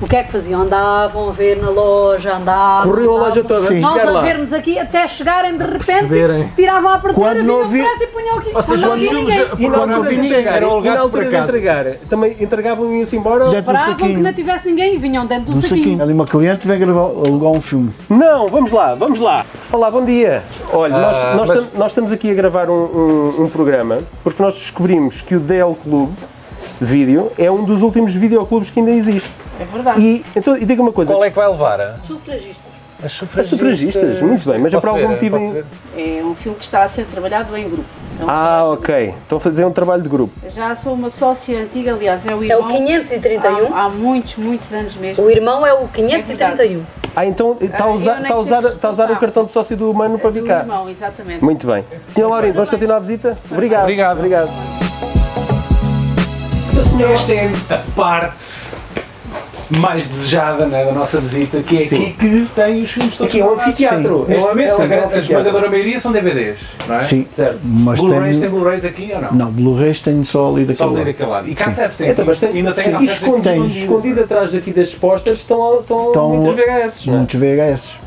Speaker 9: o que é que faziam? Andavam a ver na loja, andavam.
Speaker 7: Corriam a
Speaker 9: andavam.
Speaker 7: loja toda, antes de
Speaker 9: Nós
Speaker 7: chegar
Speaker 9: a
Speaker 7: lá.
Speaker 9: vermos aqui até chegarem de
Speaker 2: Perceberem.
Speaker 9: repente, tiravam a apertura,
Speaker 3: Quando não
Speaker 9: vinham
Speaker 3: havia-
Speaker 9: atrás e punham aqui.
Speaker 2: Ou seja,
Speaker 9: quando não
Speaker 2: os
Speaker 9: havia
Speaker 2: filmes
Speaker 7: E
Speaker 9: ninguém.
Speaker 7: na altura de
Speaker 2: pornográficos eram
Speaker 7: entregar, e na
Speaker 2: alugados por
Speaker 7: altura de
Speaker 2: acaso.
Speaker 7: entregar, também entregavam e iam-se embora.
Speaker 3: Já- Do
Speaker 9: Esperavam que
Speaker 3: saquinho.
Speaker 9: não tivesse ninguém e vinham dentro do,
Speaker 3: Do saquinho. Ali uma cliente veio gravar, alugar um filme.
Speaker 7: Não, vamos lá, vamos lá. Olá, bom dia. Olha,
Speaker 2: Ah,
Speaker 7: nós, nós
Speaker 2: mas-
Speaker 7: tam- nós estamos aqui a gravar um, um- um programa porque nós descobrimos que o DL Clube de vídeo é um dos últimos videoclubes que ainda existe.
Speaker 9: É verdade.
Speaker 7: E, então, e diga uma coisa.
Speaker 2: Qual é que vai levar?
Speaker 9: Sufragista.
Speaker 2: As
Speaker 7: As
Speaker 2: sufragistas.
Speaker 7: sufragistas, muito bem, mas é
Speaker 2: Posso
Speaker 7: por algum
Speaker 2: ver?
Speaker 7: motivo.
Speaker 2: Posso
Speaker 7: em-
Speaker 2: ver?
Speaker 11: É um filme que está a ser trabalhado em grupo. É um
Speaker 7: Ah, ok. Estão a fazer um trabalho de grupo.
Speaker 11: Já sou uma sócia antiga, aliás, é o
Speaker 9: É
Speaker 11: irmão.
Speaker 9: o 531.
Speaker 11: Há, há muitos, muitos anos mesmo.
Speaker 9: O irmão é o 531.
Speaker 7: Ah, então está a
Speaker 11: Ah,
Speaker 7: usar,
Speaker 11: eu nem
Speaker 7: está a
Speaker 11: sei
Speaker 7: usar,
Speaker 11: se
Speaker 7: está a usar o
Speaker 11: estou cá.
Speaker 7: cartão de sócio do humano para
Speaker 11: Do
Speaker 7: vir cá.
Speaker 11: irmão, exatamente.
Speaker 7: Muito bem. Senhor Laurindo, vamos continuar a visita? Obrigado.
Speaker 2: Obrigado.
Speaker 7: Obrigado.
Speaker 2: Esta é a parte mais desejada né, da nossa visita, que é
Speaker 7: Sim.
Speaker 2: aqui que tem os filmes todos
Speaker 7: Aqui é um
Speaker 2: gravados.
Speaker 7: anfiteatro.
Speaker 2: Neste
Speaker 7: É um- é
Speaker 2: momento,
Speaker 7: um
Speaker 2: a grande- a
Speaker 7: anfiteatro.
Speaker 2: esmagadora maioria são DVDs, não é?
Speaker 3: Sim.
Speaker 7: Certo.
Speaker 3: Mas
Speaker 2: Blu-rays tem
Speaker 3: tenho.
Speaker 2: Blu-rays aqui ou não?
Speaker 3: Não, Blu-rays tenho só ali
Speaker 2: Só
Speaker 3: daquele.
Speaker 2: ler
Speaker 3: lado.
Speaker 2: daquele lado. E cassetes tem.
Speaker 7: Então,
Speaker 2: aqui.
Speaker 7: mas tem,
Speaker 2: ainda tem
Speaker 7: sim,
Speaker 2: cassetes aqui.
Speaker 7: escondido,
Speaker 3: Tens.
Speaker 7: escondido atrás aqui das postas estão, estão,
Speaker 3: Estão-
Speaker 7: muitas VHS. não é?
Speaker 3: Muitos VHS.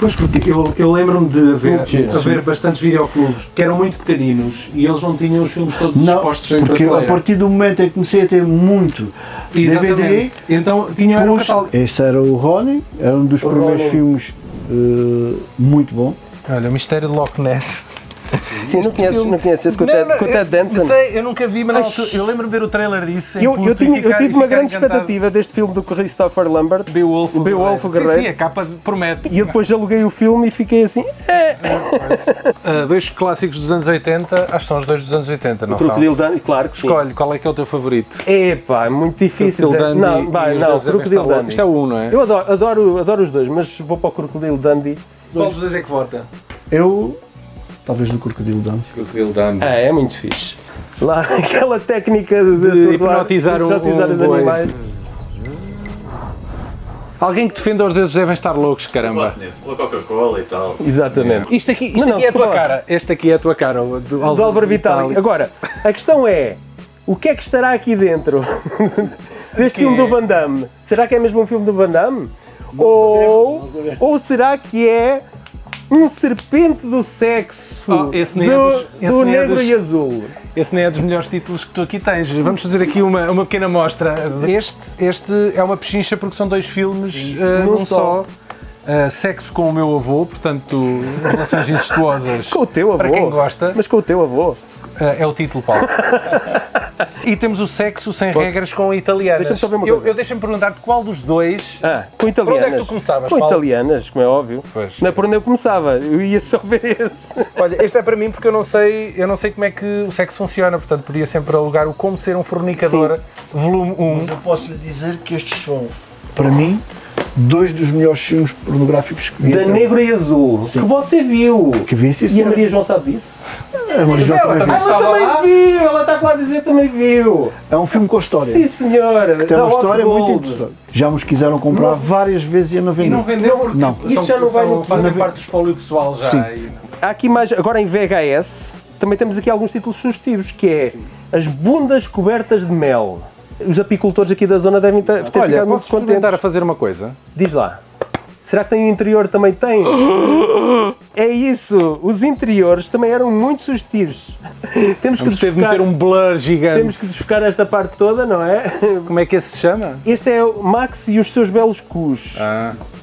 Speaker 2: Pois porque eu, eu lembro-me de haver,
Speaker 7: Sim.
Speaker 2: haver bastantes videoclubes que eram muito pequeninos e eles não tinham os filmes todos
Speaker 3: Não,
Speaker 2: expostos em
Speaker 3: porque a
Speaker 2: prateleira.
Speaker 3: partir do momento em que comecei a ter muito DVD,
Speaker 2: Exatamente. Então tinham era um
Speaker 3: Puxa,
Speaker 2: catálogo.
Speaker 3: Este era o Ronnie, era um dos
Speaker 7: O
Speaker 3: primeiros
Speaker 7: Ronnie.
Speaker 3: filmes eh, muito bom.
Speaker 2: Olha, o mistério de Loch Ness.
Speaker 7: Sim, não conheces, não conheces esse com o
Speaker 2: Não,
Speaker 7: Ted-
Speaker 2: não,
Speaker 7: com o
Speaker 2: eu-
Speaker 7: Ted Danson?
Speaker 2: Sei, eu nunca vi, mas na
Speaker 7: Ai,
Speaker 2: altura, eu lembro-me de ver o trailer disso. em
Speaker 7: Eu,
Speaker 2: puto
Speaker 7: eu,
Speaker 2: e
Speaker 7: tinha- eu
Speaker 2: ficar-
Speaker 7: tive
Speaker 2: e
Speaker 7: uma
Speaker 2: ficar
Speaker 7: grande
Speaker 2: encantado.
Speaker 7: expectativa deste filme do Christopher Lambert,
Speaker 2: Beowulf,
Speaker 7: o Beowulf o
Speaker 2: Sim,
Speaker 7: Guerreiro.
Speaker 2: sim, a capa promete.
Speaker 7: e eu depois aluguei o filme e fiquei assim, é,
Speaker 2: Ah, dois clássicos dos anos 80, acho que são os dois dos anos 80, não são?
Speaker 7: Crocodilo Dundee, claro que sim.
Speaker 2: Escolhe, qual é que é o teu favorito?
Speaker 7: Epá, é muito difícil.
Speaker 2: Crocodile
Speaker 7: dizer-
Speaker 2: Dundee
Speaker 7: não, vai,
Speaker 2: e os
Speaker 7: não,
Speaker 2: Deuses
Speaker 7: Crocodilo
Speaker 2: Avestam Logo.
Speaker 7: Dundee.
Speaker 2: Isto é o um, não é?
Speaker 7: Eu adoro, adoro, adoro os dois, mas vou para o Crocodilo Dundee.
Speaker 2: Qual dos dois é que vota?
Speaker 3: Eu, talvez do Crocodilo Dante.
Speaker 2: Crocodilo Dundee.
Speaker 7: Ah, é muito fixe. Lá, aquela técnica de, de atordoar-
Speaker 2: hipnotizar um-
Speaker 7: hipnotizar
Speaker 2: um
Speaker 7: os
Speaker 2: boi.
Speaker 7: animais.
Speaker 2: Alguém que defenda os deuses devem estar loucos, caramba.
Speaker 7: Exatamente.
Speaker 2: Isto aqui, isto
Speaker 7: Não, não,
Speaker 2: aqui é a tua
Speaker 7: desculpa.
Speaker 2: cara. Este aqui é a tua cara. o Do
Speaker 7: do Álvaro Vitali. Agora, a questão é: o que é que estará aqui dentro deste
Speaker 2: Que
Speaker 7: filme
Speaker 2: é?
Speaker 7: do Van Damme? Será que é mesmo um filme do Van Damme? ou, ou será que é Um serpente do sexo
Speaker 12: Oh, esse
Speaker 7: do,
Speaker 12: nem é dos- esse
Speaker 7: do
Speaker 12: nem é
Speaker 7: negro
Speaker 12: dos-
Speaker 7: e azul.
Speaker 12: Esse nem é dos melhores títulos que tu aqui tens. Vamos fazer aqui uma, uma pequena mostra. Este, este é uma pechincha porque são dois filmes eh,
Speaker 7: Num
Speaker 12: num só. Eh, sexo com o meu avô, portanto, relações incestuosas.
Speaker 7: Com o teu
Speaker 12: Para
Speaker 7: avô?
Speaker 12: quem gosta.
Speaker 7: Mas com o teu avô?
Speaker 12: é o título, Paulo. e temos o sexo sem
Speaker 7: Posso?
Speaker 12: regras com italianas.
Speaker 7: Deixa-me só ver uma
Speaker 12: eu,
Speaker 7: coisa.
Speaker 12: eu deixa-me perguntar-te qual dos dois.
Speaker 7: Ah, com
Speaker 12: Por onde é que
Speaker 7: italianas.
Speaker 12: tu começavas,
Speaker 7: Com
Speaker 12: Paulo?
Speaker 7: italianas, como é óbvio. Não é por onde eu começava, eu ia só ver esse.
Speaker 12: Olha, este é para mim porque eu não sei, eu não sei como é que o sexo funciona, portanto podia sempre alugar o Como Ser um Fornicador, volume 1.
Speaker 10: Mas eu posso lhe dizer que estes são, para mim, dois dos melhores filmes pornográficos que vi.
Speaker 7: Da
Speaker 10: até
Speaker 7: Negra
Speaker 10: hoje.
Speaker 7: e Azul,
Speaker 10: Sim.
Speaker 7: que você viu.
Speaker 10: Que vi, sim,
Speaker 7: E a
Speaker 10: senhora.
Speaker 7: Maria João sabe disso? Ah,
Speaker 10: A Maria João também viu.
Speaker 7: Ela também viu, ela está lá a dizer também viu.
Speaker 10: É um filme com história.
Speaker 7: Sim, senhora.
Speaker 10: Que tem uma
Speaker 7: Da Hot
Speaker 10: história muito
Speaker 7: Gold.
Speaker 10: interessante. Já nos quiseram comprar
Speaker 7: Não.
Speaker 10: várias vezes e eu não vendeu. Não.
Speaker 7: Isso já não vai muito
Speaker 12: fazer
Speaker 7: bem.
Speaker 12: parte do espólio pessoal já.
Speaker 10: Sim.
Speaker 12: e-
Speaker 7: Há aqui mais, agora em VHS, também temos aqui alguns títulos sugestivos, que é As Bundas Cobertas de Mel. Os apicultores aqui da zona devem ter, ter
Speaker 12: Olha,
Speaker 7: ficado
Speaker 12: posso
Speaker 7: muito
Speaker 12: experimentar
Speaker 7: contentes.
Speaker 12: a fazer uma coisa?
Speaker 7: Diz lá. Será que tem o interior também tem? é isso, os interiores também eram muito sugestivos. Temos
Speaker 12: Vamos
Speaker 7: que
Speaker 12: ter de meter um blur gigante.
Speaker 7: Temos que desfocar esta parte toda, não é?
Speaker 12: Como é que esse se chama? Ah.
Speaker 7: Este é o Max e os seus belos cus.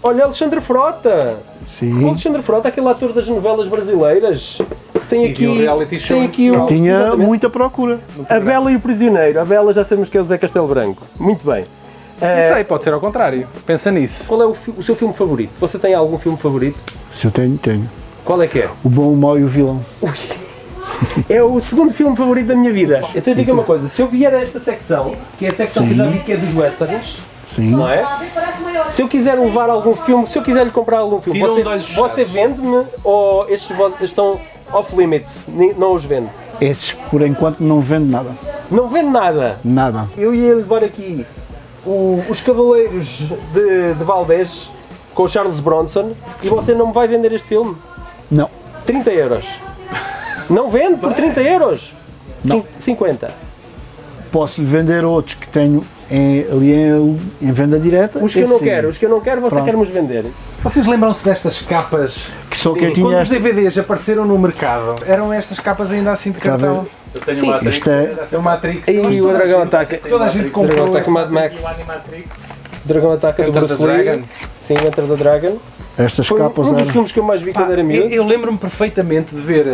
Speaker 7: Olha, Alexandre Frota!
Speaker 10: Sim.
Speaker 7: Alexandre Frota, aquele ator das novelas brasileiras, que tem
Speaker 12: E
Speaker 7: aqui.
Speaker 12: de um reality show.
Speaker 7: Tem aqui o-
Speaker 10: Que tinha
Speaker 7: exatamente.
Speaker 10: muita procura.
Speaker 7: A Bela e o Prisioneiro. A Bela já sabemos que é o Zé Castelo Branco. Muito bem. Eh,
Speaker 12: Não sei, pode ser ao contrário. Pensa nisso.
Speaker 7: Qual é o, fi- o seu filme favorito? Você tem algum filme favorito?
Speaker 10: Se eu tenho, tenho.
Speaker 7: Qual é que é?
Speaker 10: O bom, o mau e o vilão.
Speaker 7: É o segundo filme favorito da minha vida. Então diga uma coisa, se eu vier a esta secção, que é a secção que eu já vi que é dos westerns,
Speaker 10: Sim.
Speaker 7: não é? Se eu quiser levar algum filme, se eu quiser lhe comprar algum filme,
Speaker 12: Tira um de
Speaker 7: você,
Speaker 12: olhos
Speaker 7: você vende-me ou estes vo- estão off limits, nem- não os vende?
Speaker 10: Esses, por enquanto, não vende nada.
Speaker 7: Não vende nada.
Speaker 10: Nada.
Speaker 7: Eu ia levar aqui o- os Cavaleiros de, de Valdez com o Charles Bronson e você não me vai vender este filme?
Speaker 10: Não.
Speaker 7: 30 euros. Não vende por 30 euros? Cin- 50.
Speaker 10: Posso lhe vender outros que tenho em- ali em, em venda direta.
Speaker 7: Os que eu não
Speaker 10: Esse sim.
Speaker 7: quero, os que eu não quero, você
Speaker 10: Pronto.
Speaker 7: quer nos vender.
Speaker 12: Vocês lembram-se destas capas?
Speaker 10: Que só quem tinha
Speaker 12: Quando os
Speaker 10: esta-
Speaker 12: DVDs apareceram no mercado, eram estas capas ainda assim de
Speaker 10: Está a
Speaker 12: cartão?
Speaker 10: ver? Isto é.
Speaker 12: É o Matrix.
Speaker 7: Aí
Speaker 12: Mas
Speaker 7: o
Speaker 12: toda a
Speaker 7: dragão
Speaker 12: gente-
Speaker 7: ataca.
Speaker 12: Toda a gente comprou.
Speaker 7: Dragão ataca
Speaker 12: esse-
Speaker 7: Mad Max. Dragão ataca do
Speaker 12: Enter the
Speaker 7: Bruce Lee.
Speaker 12: Dragon.
Speaker 7: Sim, Enter the Dragon.
Speaker 10: Estas
Speaker 7: Foi um
Speaker 10: capas
Speaker 7: um dos
Speaker 10: eram.
Speaker 7: filmes que eu mais vi
Speaker 12: Pá,
Speaker 7: quando era
Speaker 12: eu,
Speaker 7: miúdo.
Speaker 12: eu lembro-me perfeitamente de ver uh,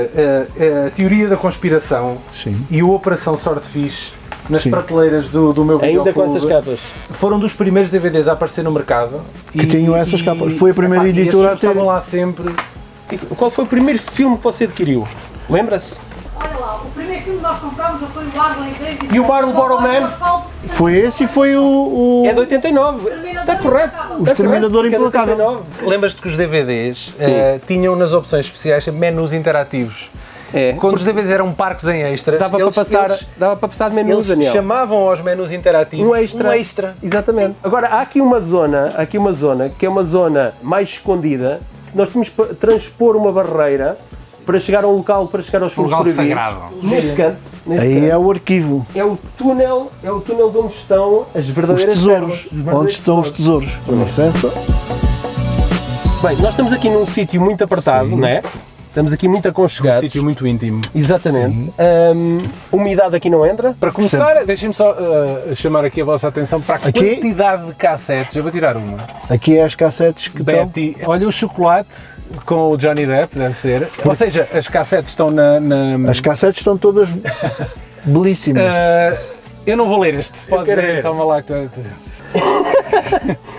Speaker 12: uh, a teoria da conspiração
Speaker 10: Sim.
Speaker 12: e o Operação Swordfish nas
Speaker 10: Sim.
Speaker 12: prateleiras do, do meu é-
Speaker 7: Ainda com
Speaker 12: videoclube.
Speaker 7: essas capas.
Speaker 12: Foram dos primeiros DVDs a aparecer no mercado.
Speaker 10: Que tinham essas capas. Foi a primeira
Speaker 12: epá, e esses
Speaker 10: editora a
Speaker 12: filmes
Speaker 10: ter.
Speaker 12: Estavam lá sempre.
Speaker 7: E qual foi o primeiro filme que você adquiriu? Lembra-se?
Speaker 9: Olha lá, o primeiro filme que nós comprámos foi o Arlen David.
Speaker 7: E o Marlboro Man?
Speaker 10: Foi esse e foi o. o-
Speaker 7: É de 89. Está correto. é
Speaker 10: O Exterminador Implacável.
Speaker 12: Lembras-te que os DVDs
Speaker 7: Sim.
Speaker 12: eh, tinham nas opções especiais menus interativos.
Speaker 7: É.
Speaker 12: Quando os DVDs eram parcos em extras,
Speaker 7: Dava para
Speaker 12: eles,
Speaker 7: passar,
Speaker 12: eles-
Speaker 7: dava para passar de
Speaker 12: eles
Speaker 7: menus, Daniel.
Speaker 12: chamavam aos menus interativos
Speaker 7: Um extra.
Speaker 12: Um extra.
Speaker 7: Exatamente. Agora, há aqui uma zona, há aqui uma zona que é uma zona mais escondida. Nós tínhamos que transpor uma barreira para chegar a um local, para chegar aos fundos
Speaker 12: local
Speaker 7: proibidos.
Speaker 12: sagrado.
Speaker 7: Neste canto, neste
Speaker 10: Aí é
Speaker 7: canto.
Speaker 10: o arquivo.
Speaker 7: É o túnel, é o túnel de onde estão as
Speaker 10: Os
Speaker 7: verdadeiras
Speaker 10: tesouros.
Speaker 7: pérolas, os verdadeiros
Speaker 10: Onde estão os tesouros? Com licença.
Speaker 7: Bem, nós estamos aqui num sítio muito apertado, não é? Estamos aqui muito aconchegados.
Speaker 12: Um muito íntimo.
Speaker 7: Exatamente. Hum, umidade aqui não entra.
Speaker 12: Para começar, deixem-me só eh, chamar aqui a vossa atenção para a
Speaker 10: Aqui?
Speaker 12: quantidade de cassetes. Eu vou tirar uma.
Speaker 10: Aqui é as cassetes que estão.
Speaker 12: Betty. Olha o chocolate com o Johnny Depp, deve ser. Ou seja, as cassetes estão na. na-
Speaker 10: As cassetes estão todas belíssimas.
Speaker 12: Eh, eu não vou ler este. Podes
Speaker 7: quero
Speaker 12: ler,
Speaker 7: ler.
Speaker 12: toma lá. que tu-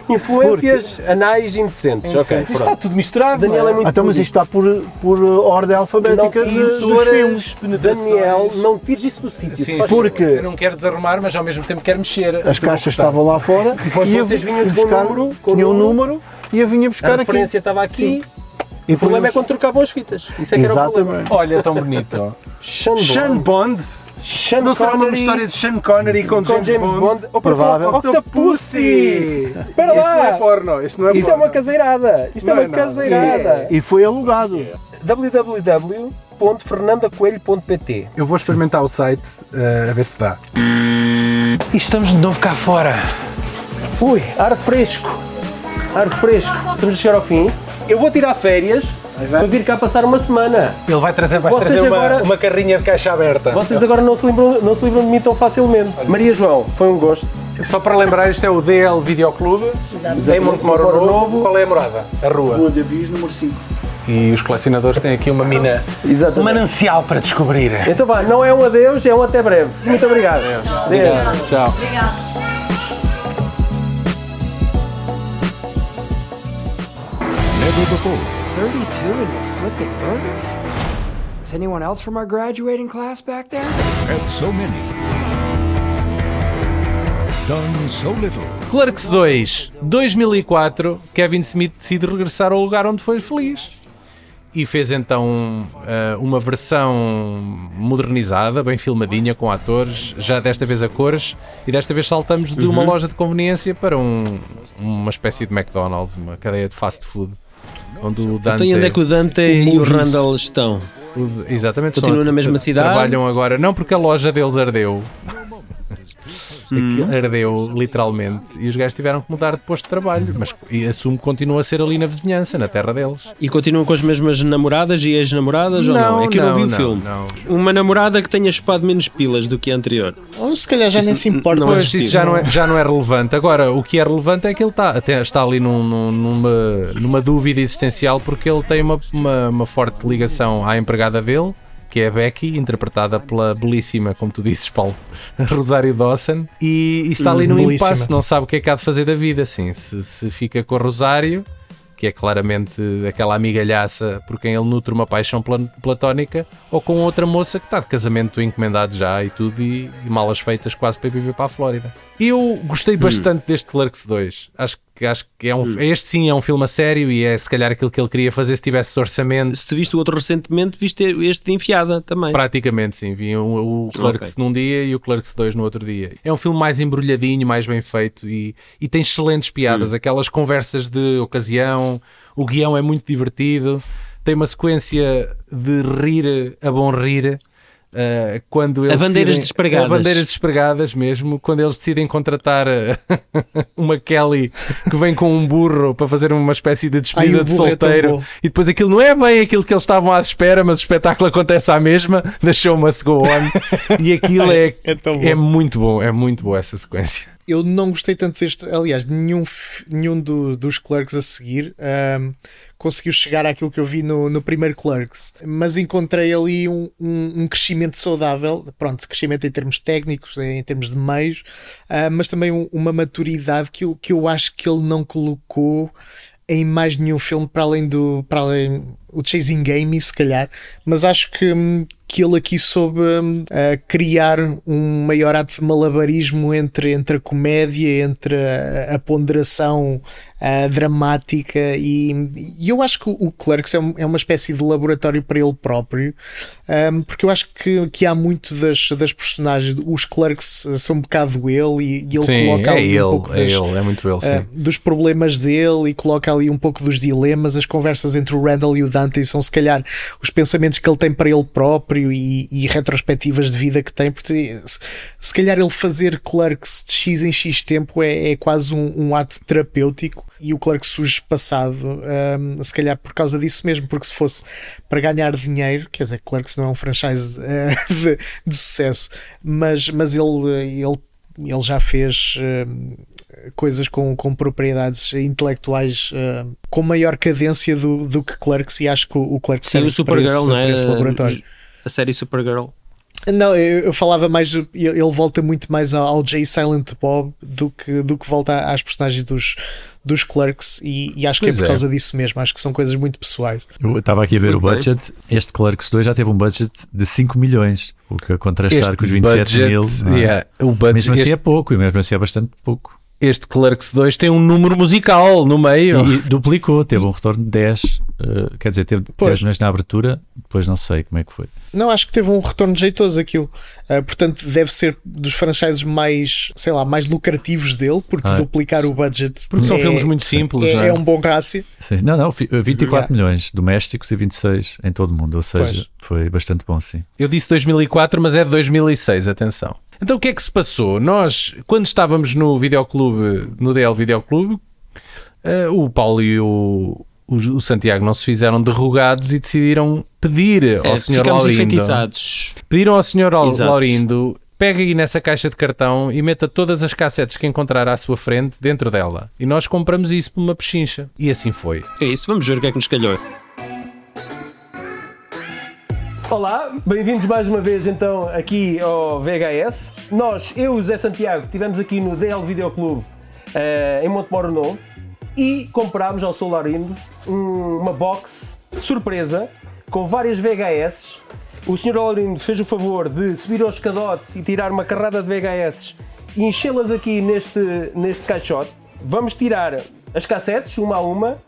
Speaker 7: Influências anais indecentes. Ok,
Speaker 12: Isto está
Speaker 7: pronto.
Speaker 12: tudo misturado.
Speaker 7: Daniel
Speaker 12: não
Speaker 7: é muito
Speaker 10: Então, mas
Speaker 7: bonito.
Speaker 10: isto está por, por ordem alfabética de- dos filmes.
Speaker 7: Daniel, não tires isso do sítio. se
Speaker 12: Sim,
Speaker 7: faz
Speaker 12: sim.
Speaker 10: Porque-
Speaker 12: Eu não quero desarrumar, mas ao mesmo tempo quero mexer.
Speaker 10: As caixas estavam lá fora.
Speaker 7: Depois
Speaker 10: e eu
Speaker 7: vocês
Speaker 10: vim
Speaker 7: vinham com o
Speaker 10: buscar-
Speaker 7: número, com o
Speaker 10: Tinha um
Speaker 7: número.
Speaker 10: número e eu vinha
Speaker 7: favor.
Speaker 10: buscar
Speaker 7: A
Speaker 10: aqui.
Speaker 7: referência estava aqui.
Speaker 10: E
Speaker 7: O problema é quando trocavam as fitas. Isso é que era o problema.
Speaker 10: Exatamente.
Speaker 12: Olha, tão bonito.
Speaker 7: Sean Bond.
Speaker 12: Sean Bond.
Speaker 7: Sean
Speaker 12: não será uma
Speaker 7: Connery
Speaker 12: mistória de Sean Connery com,
Speaker 7: com James Bond.
Speaker 10: Provável.
Speaker 7: Operação Octopussy. Espera
Speaker 12: Isto não é
Speaker 7: lá.
Speaker 12: porno. Isto não é
Speaker 7: Isto é
Speaker 12: porno.
Speaker 7: uma caseirada. Isto é
Speaker 12: Não é
Speaker 7: uma
Speaker 12: nada.
Speaker 7: caseirada.
Speaker 10: E foi alugado.
Speaker 7: www.fernandacoelho.pt
Speaker 12: Eu vou experimentar o site eh, a ver se dá. E estamos de novo cá fora.
Speaker 7: Ui, ar fresco. Ar fresco. Estamos a chegar ao fim. Eu vou tirar férias. para vir cá passar uma semana.
Speaker 12: Ele vai trazer, vais
Speaker 7: Vocês
Speaker 12: trazer uma,
Speaker 7: agora-
Speaker 12: uma carrinha de caixa aberta.
Speaker 7: Vocês agora não se livram, não se livram de mim tão facilmente. Maria João, foi um gosto.
Speaker 12: Só para lembrar, isto é o DL Videoclube, em Montemoro Novo. Qual é a morada? A rua.
Speaker 10: Rua de Avis, número 5.
Speaker 12: E os colecionadores têm aqui uma mina, um manancial para descobrir.
Speaker 7: Então vá, não é um adeus, é um até breve. Muito obrigado. Adeus.
Speaker 12: Tchau.
Speaker 13: Never before. 32 and you're flipping burgers? Is anyone else from our graduating class back there?
Speaker 5: Had so many, done so little.
Speaker 2: Clerks 2, 2004, Kevin Smith decide regressar ao lugar onde foi feliz. E fez então eh, uma versão modernizada, bem filmadinha, com atores, já desta vez a cores. E desta vez saltamos de uma
Speaker 12: Uhum.
Speaker 2: loja de conveniência para um- uma espécie de McDonald's, uma cadeia de fast food. Onde o Dante,
Speaker 1: Então, e onde é que o Dante e o
Speaker 2: Morris-
Speaker 1: Randall estão?
Speaker 2: o- Exatamente.
Speaker 1: Continuam
Speaker 2: são-
Speaker 1: na mesma
Speaker 2: tra-
Speaker 1: cidade?
Speaker 2: Trabalham agora. Não, porque a loja deles ardeu.
Speaker 1: Hum.
Speaker 2: Aquilo Ardeu, literalmente. E os gajos tiveram que mudar de posto de trabalho. Mas e assumo que continua a ser ali na vizinhança, na terra deles.
Speaker 1: E continuam com as mesmas namoradas e ex-namoradas ou
Speaker 2: Não,
Speaker 1: não? É que eu não
Speaker 2: não,
Speaker 1: vi o
Speaker 2: não,
Speaker 1: filme.
Speaker 2: não.
Speaker 1: Uma namorada que tenha chupado menos pilas do que a anterior.
Speaker 3: Ou se calhar já
Speaker 1: Isso
Speaker 3: nem se importa.
Speaker 1: não é
Speaker 2: Pois, isso já não, é, já não é relevante. Agora, o que é relevante é que ele está, até está ali num- num- numa, numa dúvida existencial porque ele tem uma, uma, uma forte ligação à empregada dele, que é a Becky, interpretada pela belíssima, como tu dizes, Paulo, Rosário Dawson, e, e está ali
Speaker 12: Hum,
Speaker 2: num
Speaker 12: belíssima.
Speaker 2: impasse, não sabe o que é que há de fazer da vida, assim, se, se fica com a Rosário, que é claramente aquela amigalhaça por quem ele nutre uma paixão pla- platónica, ou com outra moça que está de casamento encomendado já e tudo, e, e malas feitas quase para ir viver para a Flórida. Eu gostei bastante deste Clerks 2. Acho que, acho que é um,
Speaker 1: Hum.
Speaker 2: este sim é um filme a sério e é se calhar aquilo que ele queria fazer se tivesse orçamento.
Speaker 1: Se viste o outro recentemente, viste este de enfiada também.
Speaker 2: Praticamente sim, vi um, o, o Clerks num dia e o Clerks 2 no outro dia. É um filme mais embrulhadinho, mais bem feito e, e tem excelentes
Speaker 12: Hum.
Speaker 2: piadas, aquelas conversas de ocasião, o guião é muito divertido, tem uma sequência de rir a bom rir. ah, quando eles
Speaker 1: A bandeiras
Speaker 2: decidem-
Speaker 1: despregadas.
Speaker 2: a bandeiras despregadas mesmo quando eles decidem contratar ah, uma Kelly que vem com um burro para fazer uma espécie de despedida
Speaker 12: Ai, o
Speaker 2: de
Speaker 12: burro é tão
Speaker 2: solteiro
Speaker 12: bom.
Speaker 2: e depois aquilo não é bem aquilo que eles estavam à espera, mas o espetáculo acontece à mesma, the show must go on. e aquilo é, é, muito bom, é muito boa essa sequência.
Speaker 3: Eu não gostei tanto deste. Aliás, nenhum, f- nenhum do- dos Clerks a seguir ahm, conseguiu chegar àquilo que eu vi no, no primeiro Clerks. Mas encontrei ali um, um- um crescimento saudável. Pronto, crescimento em termos técnicos, em termos de meios, ah, mas também um- uma maturidade que eu, que eu acho que ele não colocou em mais nenhum filme para além do para além o Chasing Game se calhar mas acho que hum, que ele aqui soube hum, ah, criar um maior ato de malabarismo entre entre a comédia entre a, a ponderação ah, dramática e, e eu acho que o Clerks é, um- é uma espécie de laboratório para ele próprio hum, porque eu acho que, que há muito das, das personagens os Clerks ah, são um bocado ele e, e ele
Speaker 2: Sim,
Speaker 3: coloca
Speaker 2: é
Speaker 3: ali
Speaker 2: ele,
Speaker 3: um pouco
Speaker 2: é
Speaker 3: das,
Speaker 2: ele, é muito ele,
Speaker 3: ah,
Speaker 2: sim.
Speaker 3: dos problemas dele e coloca ali um pouco dos dilemas. As conversas entre o Randall e o Dante são, se calhar, os pensamentos que ele tem para ele próprio e, e retrospectivas de vida que tem. Porque, se, se calhar, ele fazer Clerks de X em X tempo é, é quase um, um ato terapêutico. E o Clerks surge passado, hum, se calhar por causa disso mesmo, porque se fosse para ganhar dinheiro, quer dizer, Clerks não é um franchise eh, de, de sucesso, mas, mas ele, ele, ele já fez hum, coisas com, com propriedades intelectuais eh, com maior cadência do, do que Clerks e acho que o, o Clerks
Speaker 1: Sim,
Speaker 3: serve
Speaker 1: o Supergirl,
Speaker 3: para esse,
Speaker 1: não é?
Speaker 3: para esse laboratório.
Speaker 1: A série Supergirl.
Speaker 3: Não, eu, eu falava mais, eu- ele volta muito mais ao, ao Jay Silent Bob do que, do que volta a- às personagens dos, dos Clerks e, e acho que
Speaker 4: Pois
Speaker 3: é por
Speaker 4: é.
Speaker 3: causa disso mesmo, acho que são coisas muito pessoais.
Speaker 4: Eu estava aqui a ver o
Speaker 3: Ok.
Speaker 4: budget. Este Clerks 2 já teve um budget de 5 milhões, o que a contrastar
Speaker 2: Este
Speaker 4: com os 27 mil.
Speaker 2: budget,
Speaker 4: não é?
Speaker 2: yeah, o budget-
Speaker 4: mesmo assim
Speaker 2: este-
Speaker 4: é pouco, e mesmo assim é bastante pouco.
Speaker 2: Este Clerks 2 tem um número musical no meio.
Speaker 4: E, e duplicou, teve um retorno de 10, eh, quer dizer, teve
Speaker 3: Pois.
Speaker 4: 10 milhões na abertura, depois não sei como é que foi.
Speaker 3: Não, acho que teve um retorno jeitoso aquilo. Ah, portanto, deve ser dos franchises mais, sei lá, mais lucrativos dele, porque
Speaker 4: Ah.
Speaker 3: duplicar o budget.
Speaker 4: Porque são
Speaker 3: é-
Speaker 4: filmes muito simples,
Speaker 3: é,
Speaker 4: não é?
Speaker 3: é um bom rácio.
Speaker 4: Sim, Não, não, fi- eh,
Speaker 3: Yeah.
Speaker 4: 24 milhões domésticos e 26 em todo o mundo, ou seja, foi bastante bom, sim.
Speaker 2: Eu disse 2004, mas é de 2006, atenção. Então o que é que se passou? Nós, quando estávamos no videoclube, no DL Videoclube, eh, o Paulo e o, o os- o Santiago não se fizeram derrogados e decidiram pedir ao
Speaker 1: É,
Speaker 2: Sr.
Speaker 1: ficamos
Speaker 2: Laurindo.
Speaker 1: enfeitiçados.
Speaker 2: Pediram ao Sr. Al-
Speaker 1: Exato.
Speaker 2: Laurindo, pega aí nessa caixa de cartão e meta todas as cassetes que encontrar à sua frente dentro dela. E nós compramos isso por uma pechincha. E assim foi.
Speaker 1: É isso, vamos ver o que é que nos calhou.
Speaker 7: Olá, bem-vindos mais uma vez então aqui ao VHS. Nós, eu e o Zé Santiago, estivemos aqui no DL Videoclube eh, em Montemoro Novo e comprámos ao Solarindo um- uma box surpresa com várias VHS. O Sr. Laurindo fez o favor de subir ao escadote e tirar uma carrada de VHS e enchê-las aqui neste, neste caixote. Vamos tirar as cassetes, uma a uma,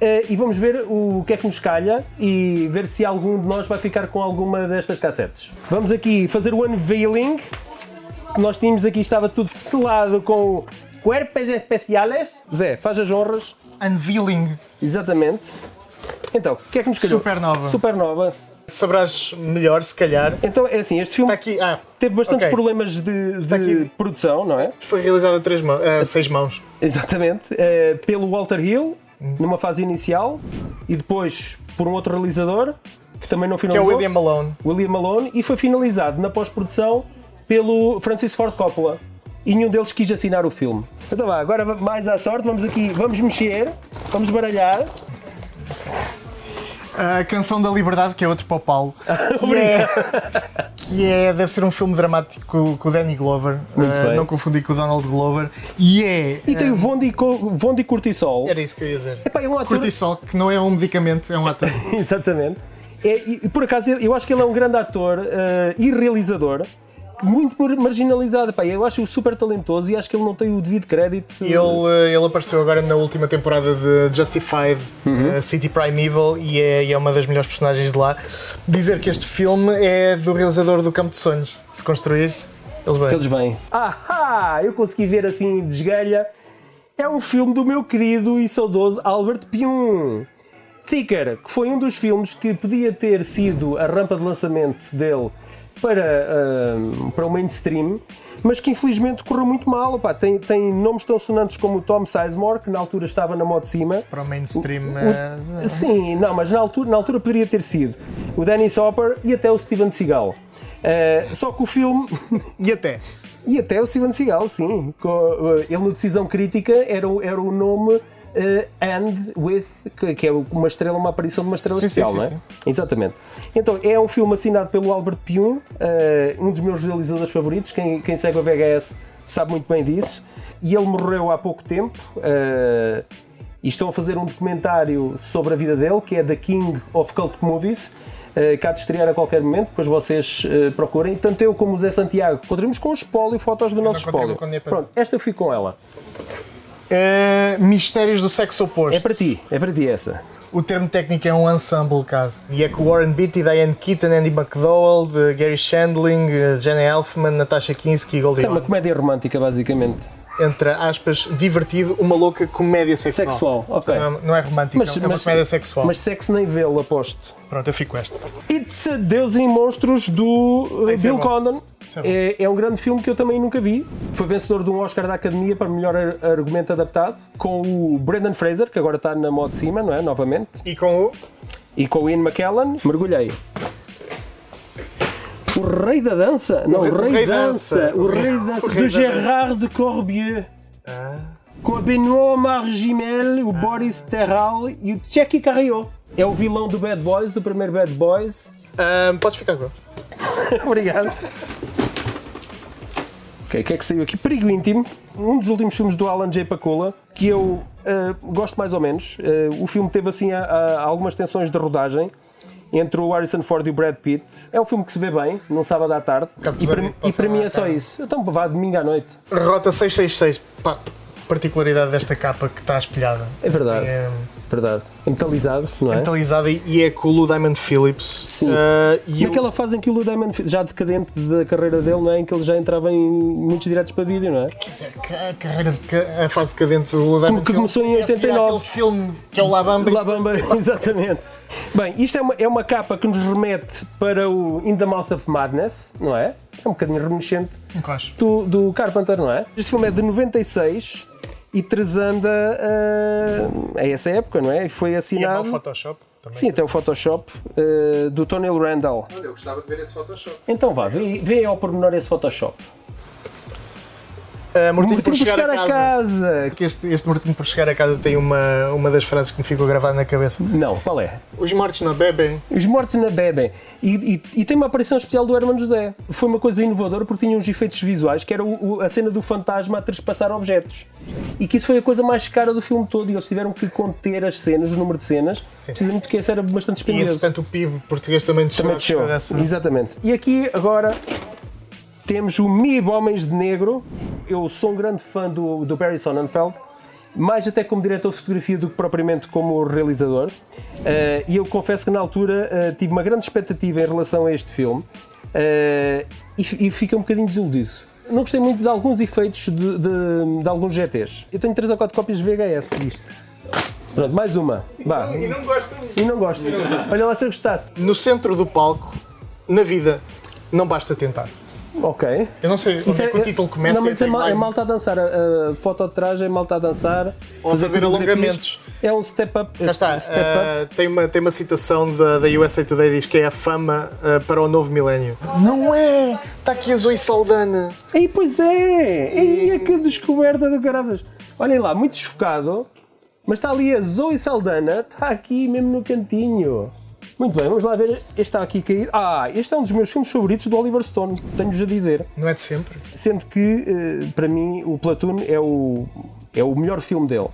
Speaker 7: eh, e vamos ver o que é que nos calha e ver se algum de nós vai ficar com alguma destas cassetes. Vamos aqui fazer o unveiling. Nós tínhamos aqui, estava tudo selado com cuerpos especiales. Zé, faz as honras.
Speaker 3: Unveiling.
Speaker 7: Exatamente. Então, o que é que nos calhou?
Speaker 3: Supernova.
Speaker 7: Supernova.
Speaker 3: Sabrás melhor, se calhar. ah,
Speaker 7: Então, é assim, este filme
Speaker 3: Tá
Speaker 7: teve bastantes problemas de, de produção, não é?
Speaker 3: Foi realizado a três mãos, a seis mãos.
Speaker 7: Exatamente. Eh, pelo Walter Hill, numa fase inicial, e depois por um outro realizador, que também não finalizou.
Speaker 3: é William Malone.
Speaker 7: William Malone, e foi finalizado na pós-produção pelo Francis Ford Coppola. E nenhum deles quis assinar o filme. Então vá, agora va- mais à sorte, vamos aqui, vamos mexer, vamos baralhar.
Speaker 3: A Canção da Liberdade, que é outro para o Paulo. que, é, que é, deve ser um filme dramático com- com o Danny Glover.
Speaker 7: Muito
Speaker 3: Eh,
Speaker 7: bem.
Speaker 3: Não confundir com o Donald Glover. E é.
Speaker 7: E tem
Speaker 3: eh,
Speaker 7: o Vondi, Co- Vondi Cortisol.
Speaker 3: Era isso que eu ia dizer.
Speaker 7: Epá, é um ator.
Speaker 3: Cortisol, que não é um medicamento, é um ator.
Speaker 7: Exatamente. É, e, e, por acaso, eu eu acho que ele é um grande ator eh, e realizador, muito mar- marginalizado. Pá, eu acho-o super talentoso e acho que ele não tem o devido crédito.
Speaker 3: E Ele, eh, ele apareceu agora na última temporada de Justified eh, City Primeval e é, e é uma das melhores personagens de lá. Dizer que este filme é do realizador do Campo de Sonhos. Se construir, eles vêm.
Speaker 7: Eles vêm. Ahá! Eu consegui ver assim, desgalha. É um filme do meu querido e saudoso Albert Pium. Thicker, que foi um dos filmes que podia ter sido a rampa de lançamento dele para, ahm, para o mainstream, mas que infelizmente correu muito mal. Pá. Tem, tem nomes tão sonantes como o Tom Sizemore, que na altura estava na moda de cima.
Speaker 3: Para o mainstream.
Speaker 7: O-
Speaker 3: eh,
Speaker 7: sim, não, mas na altura, na altura poderia ter sido o Dennis Hopper e até o Steven Seagal. Eh, só que o filme.
Speaker 3: e até.
Speaker 7: E até o Steven Seagal, sim. Co- eh, ele no Decisão Crítica era, o- era o nome eh, And With, que, que é uma estrela, uma aparição de uma estrela
Speaker 3: Sim, sim,
Speaker 7: especial,
Speaker 3: sim,
Speaker 7: não é? Exatamente. Então, é um filme assinado pelo Albert Pium, eh, um dos meus realizadores favoritos. Quem, quem segue a VHS sabe muito bem disso. E ele morreu há pouco tempo. eh, e estão a fazer um documentário sobre a vida dele, que é The King of Cult Movies, eh, que há de estrear a qualquer momento, depois vocês eh, procurem. Tanto eu como o Zé Santiago contribuímos com o espólio, fotos do nosso
Speaker 3: contribuo
Speaker 7: espólio.
Speaker 3: com dinheiro para-
Speaker 7: Pronto, esta eu fico com ela.
Speaker 3: Eh, Mistérios do Sexo Oposto. É
Speaker 7: para ti, é para ti essa.
Speaker 3: O termo técnico é um ensemble caso. E é com Warren Beatty, Diane Keaton, Andy McDowell, de Gary Shandling, eh, Jenna Elfman, Natasha Kinski e Goldie
Speaker 7: É uma
Speaker 3: Hawn.
Speaker 7: comédia romântica, basicamente.
Speaker 3: Entre aspas, divertido, uma louca comédia sexual.
Speaker 7: Sexual, ok.
Speaker 3: Não é, não é romântica, é uma comédia sexual.
Speaker 7: Mas sexo nem vê-lo, aposto.
Speaker 3: Pronto, eu fico com esta.
Speaker 7: It's a Deus e Monstros do uh,
Speaker 3: isso é
Speaker 7: Bill
Speaker 3: bom.
Speaker 7: Condon.
Speaker 3: Isso é bom.
Speaker 7: É, é um grande filme que eu também nunca vi. Foi vencedor de um Oscar da Academia para melhor ar- argumento adaptado, com o Brendan Fraser, que agora está na moda de cima, não é? Novamente.
Speaker 3: E com o.
Speaker 7: E com o Ian McKellen. Mergulhei. O Rei da Dança? Não, o Rei, dança. O
Speaker 3: O Rei
Speaker 7: Rei Dança. De
Speaker 3: da Dança. Ah.
Speaker 7: Gerard de Corbieux. Com a Benoît Margimel, o Boris Terral e o Checky Carriot. É o vilão do Bad Boys, do primeiro Bad Boys.
Speaker 3: ah, podes ficar agora.
Speaker 7: Obrigado. Ok, o que é que saiu aqui? Perigo Íntimo, um dos últimos filmes do Alan J. Pakula, que eu ah, gosto mais ou menos. Ah, o filme teve assim a- a- algumas tensões de rodagem entre o Harrison Ford e o Brad Pitt. É um filme que se vê bem, num sábado à tarde. E para, mim- e para mim é só isso. Então vá domingo à noite.
Speaker 3: Rota 666. Pá, particularidade desta capa que está espelhada.
Speaker 7: É verdade.
Speaker 3: É,
Speaker 7: Verdade. É metalizado, não é?
Speaker 3: metalizada e é com o Lou Diamond Phillips. Ah, Sim.
Speaker 7: Naquela fase em que o Lou Diamond, já decadente da carreira dele, não é? Em que ele já entrava em muitos diretos para vídeo, não é?
Speaker 3: Quer dizer, que a carreira de ca- a fase decadente do Lou Diamond
Speaker 7: que começou em
Speaker 3: Phillips, é
Speaker 7: 89.
Speaker 3: Aquele filme que é o Labamba.
Speaker 7: Labamba, exatamente. Bem, isto é uma, é uma capa que nos remete para o In the Mouth of Madness, não é? É um bocadinho reminiscente do, do Carpenter, não é? Este filme é de 96 e trazendo a, a essa época, não é? E foi
Speaker 3: E é mau
Speaker 7: assinado.
Speaker 3: Photoshop também.
Speaker 7: Sim, tem o Photoshop eh, do Tony Randall.
Speaker 3: Olha, eu gostava de ver esse Photoshop.
Speaker 7: Então vá, vê, vê ao pormenor esse Photoshop.
Speaker 3: Uh, Mortinho por
Speaker 7: Mortinho
Speaker 3: chegar, a casa. Que este, este Mortinho por chegar a casa tem uma, uma das frases que me ficou gravada na cabeça.
Speaker 7: Não, qual é?
Speaker 3: Os mortos não bebem.
Speaker 7: Os mortos na bebem. E, e- e tem uma aparição especial do Hermano José. Foi uma coisa inovadora porque tinha uns efeitos visuais, que era o- o- a cena do fantasma a trespassar objetos. E que isso foi a coisa mais cara do filme todo. E eles tiveram que conter as cenas, o número de cenas, precisamente porque isso era bastante
Speaker 3: E
Speaker 7: dispendioso.
Speaker 3: entretanto o PIB português também desceu.
Speaker 7: Também desceu. Exatamente. E aqui agora temos o MIB Homens de Negro. Eu sou um grande fã do, do Barry Sonnenfeld, mais até como diretor de fotografia do que propriamente como realizador. Eh, e eu confesso que na altura eh, tive uma grande expectativa em relação a este filme eh, e, fi- e fiquei um bocadinho desiludido. Não gostei muito de alguns efeitos de, de- de alguns GTs. Eu tenho 3 ou 4 cópias de VHS disto. Pronto, mais uma. Vá.
Speaker 3: E não gosto.
Speaker 7: E não gosto. Olha lá se eu gostasse.
Speaker 3: No centro do palco, na vida, não basta tentar.
Speaker 7: Ok.
Speaker 3: Eu não sei onde é, que o título começa.
Speaker 7: Não, mas
Speaker 3: essa
Speaker 7: é, mal, é
Speaker 3: imagem.
Speaker 7: malta a dançar. A, a foto de trás é malta a dançar.
Speaker 3: Ou fazer
Speaker 7: fotografias.
Speaker 3: alongamentos.
Speaker 7: É um step up.
Speaker 3: Cá está,
Speaker 7: step up.
Speaker 3: ah, tem, uma, tem uma citação da, da USA Today, diz que é a fama ah, para o novo milénio. Não é!
Speaker 7: Tá
Speaker 3: Está aqui a Zoe Saldana.
Speaker 7: E pois é! E é que descoberta do caraças. Olhem lá, muito desfocado. Mas está ali a Zoe Saldana, está aqui mesmo no cantinho. Muito bem, vamos lá ver. Este está aqui caído. Ah, este é um dos meus filmes favoritos do Oliver Stone, tenho-vos a dizer.
Speaker 3: Não é de sempre?
Speaker 7: Sendo que, eh, para mim, o Platoon é o, é o melhor filme dele.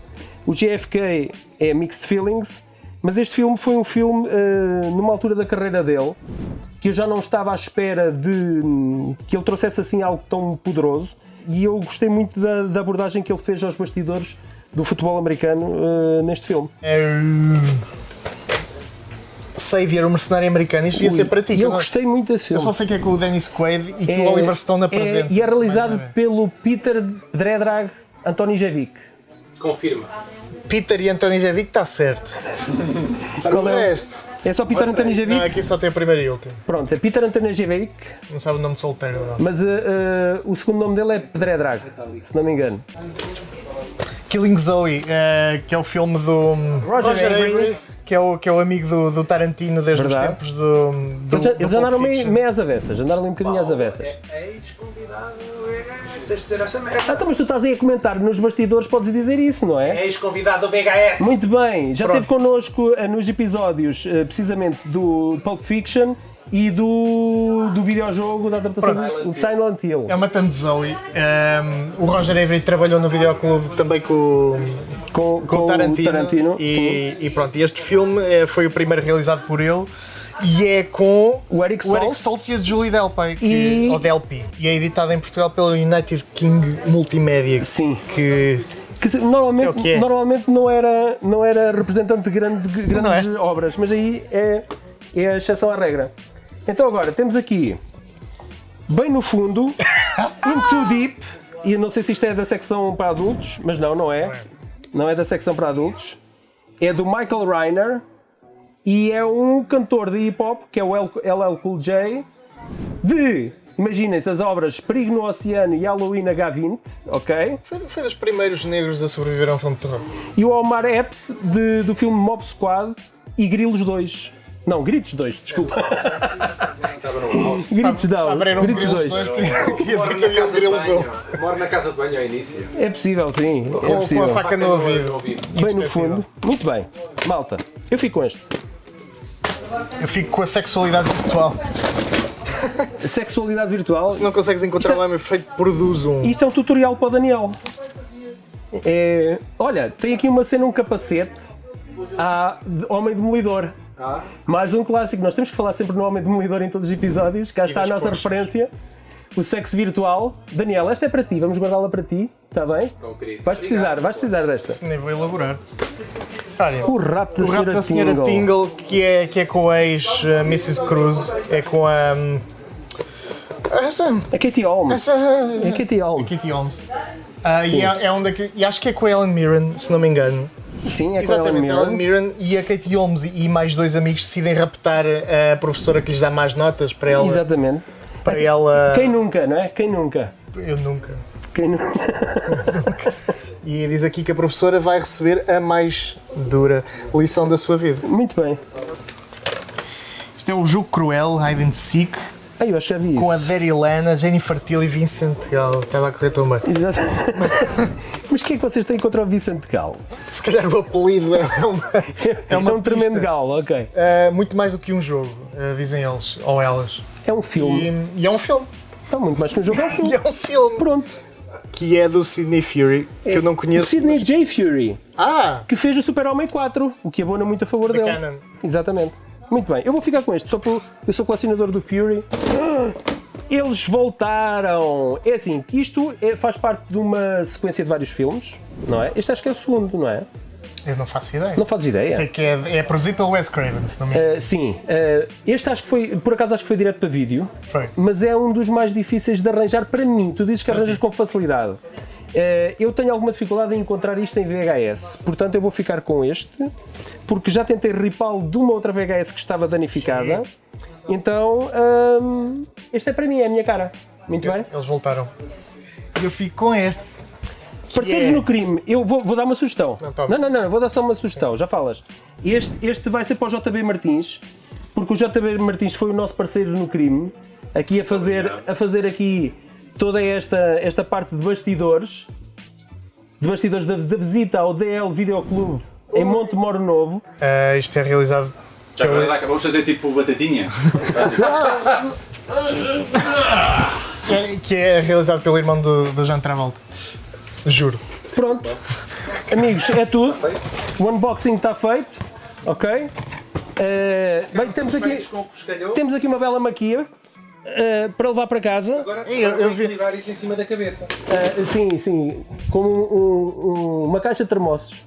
Speaker 7: O JFK é Mixed Feelings, mas este filme foi um filme, eh, numa altura da carreira dele, que eu já não estava à espera de hum, que ele trouxesse assim algo tão poderoso e eu gostei muito da, da abordagem que ele fez aos bastidores do futebol americano eh, neste filme.
Speaker 3: É. Savior, o um mercenário americano. Isto devia
Speaker 7: Ui,
Speaker 3: ser para ti.
Speaker 7: eu
Speaker 3: que não- é?
Speaker 7: gostei muito desse
Speaker 3: Eu só
Speaker 7: filme.
Speaker 3: sei que é com o Dennis Quaid e que
Speaker 7: Então, É-
Speaker 3: o Oliver Stone
Speaker 7: é-
Speaker 3: apresenta.
Speaker 7: e é realizado pelo Peter Dredrag António Jevic.
Speaker 3: Confirma. Peter e António Jevic está certo.
Speaker 7: Qual é o-
Speaker 3: é este?
Speaker 7: É só Peter António Jevic?
Speaker 3: Não, aqui só tem a primeira e a última.
Speaker 7: Pronto, é Peter António Jevic,
Speaker 3: Não sabe o nome de solteiro. Não.
Speaker 7: mas eh, eh, o segundo nome dele é Pedredrag, se não me engano.
Speaker 3: Killing Zoe, eh, que é o filme do
Speaker 7: Roger Avery.
Speaker 3: que é o, que é o amigo do, do Tarantino desde
Speaker 7: Verdade.
Speaker 3: os tempos do. hum,
Speaker 12: Então,
Speaker 3: do
Speaker 7: Eles, eles
Speaker 3: do
Speaker 7: andaram
Speaker 3: Pulp
Speaker 7: meio,
Speaker 3: Fiction.
Speaker 7: meio às avessas, andaram ali um bocadinho às avessas.
Speaker 12: é, Ex-convidado, VHS, tens de dizer essa
Speaker 7: Ah,
Speaker 12: merda.
Speaker 7: então, mas tu estás aí a comentar nos bastidores, podes dizer isso, não é?
Speaker 12: Ex-convidado do VHS.
Speaker 7: Muito bem, já
Speaker 12: Pronto.
Speaker 7: esteve connosco eh, nos episódios, eh, precisamente, do Pulp Fiction e do, do videojogo da adaptação
Speaker 3: Pronto.
Speaker 7: do Silent Hill.
Speaker 3: É matando Zoe. ehm, o Roger Avery trabalhou no videoclube também com, hum,
Speaker 7: com,
Speaker 3: o Tarantino.
Speaker 7: Tarantino,
Speaker 3: e, e pronto, e este filme eh, foi o primeiro realizado por ele e é com
Speaker 7: o Eric
Speaker 3: Stoltz e a Julie Delpy, que, ou Delpy, e é editado em Portugal pela United King Multimédia.
Speaker 7: Sim.
Speaker 3: Que,
Speaker 7: Que se- normalmente,
Speaker 3: É o que é.
Speaker 7: normalmente não, era, não era representante de grande, de grandes
Speaker 3: Não
Speaker 7: obras, mas aí é, é a exceção à regra. Então agora, temos aqui, bem no fundo, In Too Deep, e eu não sei se isto é da secção para adultos, mas não, não é. Não é da secção para adultos. É do Michael Reiner e é um cantor de hip-hop, que é o LL Cool J, de... Imaginem-se as obras Perigo no Oceano e Halloween H20, ok?
Speaker 3: foi, foi dos primeiros negros a sobreviver a um filme de terror.
Speaker 7: e o Omar Epps de- do filme Mob Squad e Grilos 2. Não, Gritos 2, desculpa. Gritos Down.
Speaker 3: Abriram
Speaker 7: Gritos
Speaker 3: grilos
Speaker 7: 2.
Speaker 3: dois, queria- queria dizer que havia um grilos um.
Speaker 12: Moro na casa de banho ao início.
Speaker 7: É possível, sim.
Speaker 12: Com-
Speaker 7: é
Speaker 12: com a
Speaker 7: possível.
Speaker 12: faca no ouvido.
Speaker 7: Bem no fundo. Muito bem. Malta, eu fico com este.
Speaker 3: Eu fico com a sexualidade virtual.
Speaker 7: Sexualidade virtual.
Speaker 3: Se não consegues encontrar
Speaker 7: é-
Speaker 3: lá, meu feito, produz um.
Speaker 7: Isto é um tutorial para o Daniel. É, olha, tem aqui uma cena, um capacete. Há de- Homem Demolidor.
Speaker 12: Ah.
Speaker 7: Mais um clássico. Nós temos que falar sempre no Homem Demolidor em todos os episódios. Cá está a nossa referência. O sexo virtual. Daniel, esta é para ti. Vamos guardá-la para ti. Está bem?
Speaker 12: Então, querido.
Speaker 7: Vais precisar, vais precisar desta.
Speaker 3: Nem vou elaborar. Olha,
Speaker 7: O rato da
Speaker 3: o rato
Speaker 7: senhora
Speaker 3: da senhora Tingle,
Speaker 7: Tingle,
Speaker 3: que, é, que é com a ex eh, Mrs. Cruz, é com a. hum, Essa.
Speaker 7: A É Katie Holmes.
Speaker 3: Essa-
Speaker 7: A Katie Holmes.
Speaker 3: A Katie Holmes. Ah,
Speaker 7: Sim.
Speaker 3: e, é, é um daqui- e acho que é com a Ellen Mirren, se não me engano.
Speaker 7: Sim, é com a Ellen
Speaker 3: Exatamente, a Ellen
Speaker 7: Mirren.
Speaker 3: Mirren e a Katie Holmes e mais dois amigos decidem raptar a professora que lhes dá mais notas para ela.
Speaker 7: Exatamente.
Speaker 3: Para ela.
Speaker 7: Quem nunca, não é? Quem nunca?
Speaker 3: Eu nunca.
Speaker 7: Quem nunca?
Speaker 3: E E diz aqui que a professora vai receber a mais dura lição da sua vida.
Speaker 7: Muito bem.
Speaker 3: Isto é o jogo cruel, Hide and Seek.
Speaker 7: Ah, eu acho que já vi
Speaker 3: Com a
Speaker 7: isso.
Speaker 3: Verilana, Jennifer Till e Vincent Gal. Estava a correr tão bem.
Speaker 7: Exato. Mas o que é que vocês têm contra o Vicente Gal?
Speaker 3: Se calhar o apelido é uma. É, uma
Speaker 7: É um tremendo galo, ok.
Speaker 3: muito mais do que um jogo, eh, dizem eles, ou elas.
Speaker 7: É um filme.
Speaker 3: E, e é um filme.
Speaker 7: É muito mais que um jogo, é um filme.
Speaker 3: e é um filme. É.
Speaker 7: Pronto.
Speaker 3: Que é do Sidney Fury, que eu não conheço.
Speaker 7: O Sidney J. Fury.
Speaker 3: Ah!
Speaker 7: Que fez o Super-Homem 4, o que abona muito a favor dele.
Speaker 3: Canon.
Speaker 7: Exatamente. Muito bem, eu vou ficar com este, só por eu sou colecionador do Fury. Eles voltaram! É assim, que isto é- faz parte de uma sequência de vários filmes, não é? Este acho que é o segundo, não é?
Speaker 3: Eu não faço ideia.
Speaker 7: Não fazes ideia?
Speaker 3: Sei que é, é produzido pelo Wes Craven, se não me engano.
Speaker 7: Uh, sim, uh, este acho que foi, por acaso acho que foi direto para vídeo, mas é um dos mais difíceis de arranjar para mim. Tu dizes que arranjas com facilidade. Uh, eu tenho alguma dificuldade em encontrar isto em VHS, portanto eu vou ficar com este, porque já tentei ripá-lo de uma outra VHS que estava danificada. Então, hum, este é para mim, é a minha cara. Muito bem?
Speaker 3: Eles voltaram. Eu fico com este.
Speaker 7: Parceiros
Speaker 3: é-
Speaker 7: no crime, eu vou, vou dar uma sugestão. Não,
Speaker 3: tá bom.
Speaker 7: não, não, não, vou dar só uma sugestão, já falas. Este, este vai ser para o JB Martins, porque o JB Martins foi o nosso parceiro no crime, aqui a fazer, a fazer aqui toda esta, esta parte de bastidores, de bastidores da, da visita ao DL Videoclube em Monte Moro Novo.
Speaker 3: Ah, isto é realizado.
Speaker 14: Já agora dá cá, vamos fazer tipo batatinha.
Speaker 3: Que é, que é realizado pelo irmão do, do Jean Travolta. Juro.
Speaker 7: Pronto. Amigos, é tudo. O unboxing está feito, ok? Eh, bem, temos aqui, temos aqui uma bela maquia eh, para levar para casa.
Speaker 3: Eu, eu vi.
Speaker 15: isso em cima da cabeça.
Speaker 7: Ah, sim, sim. Como um- um- uma caixa de termossos.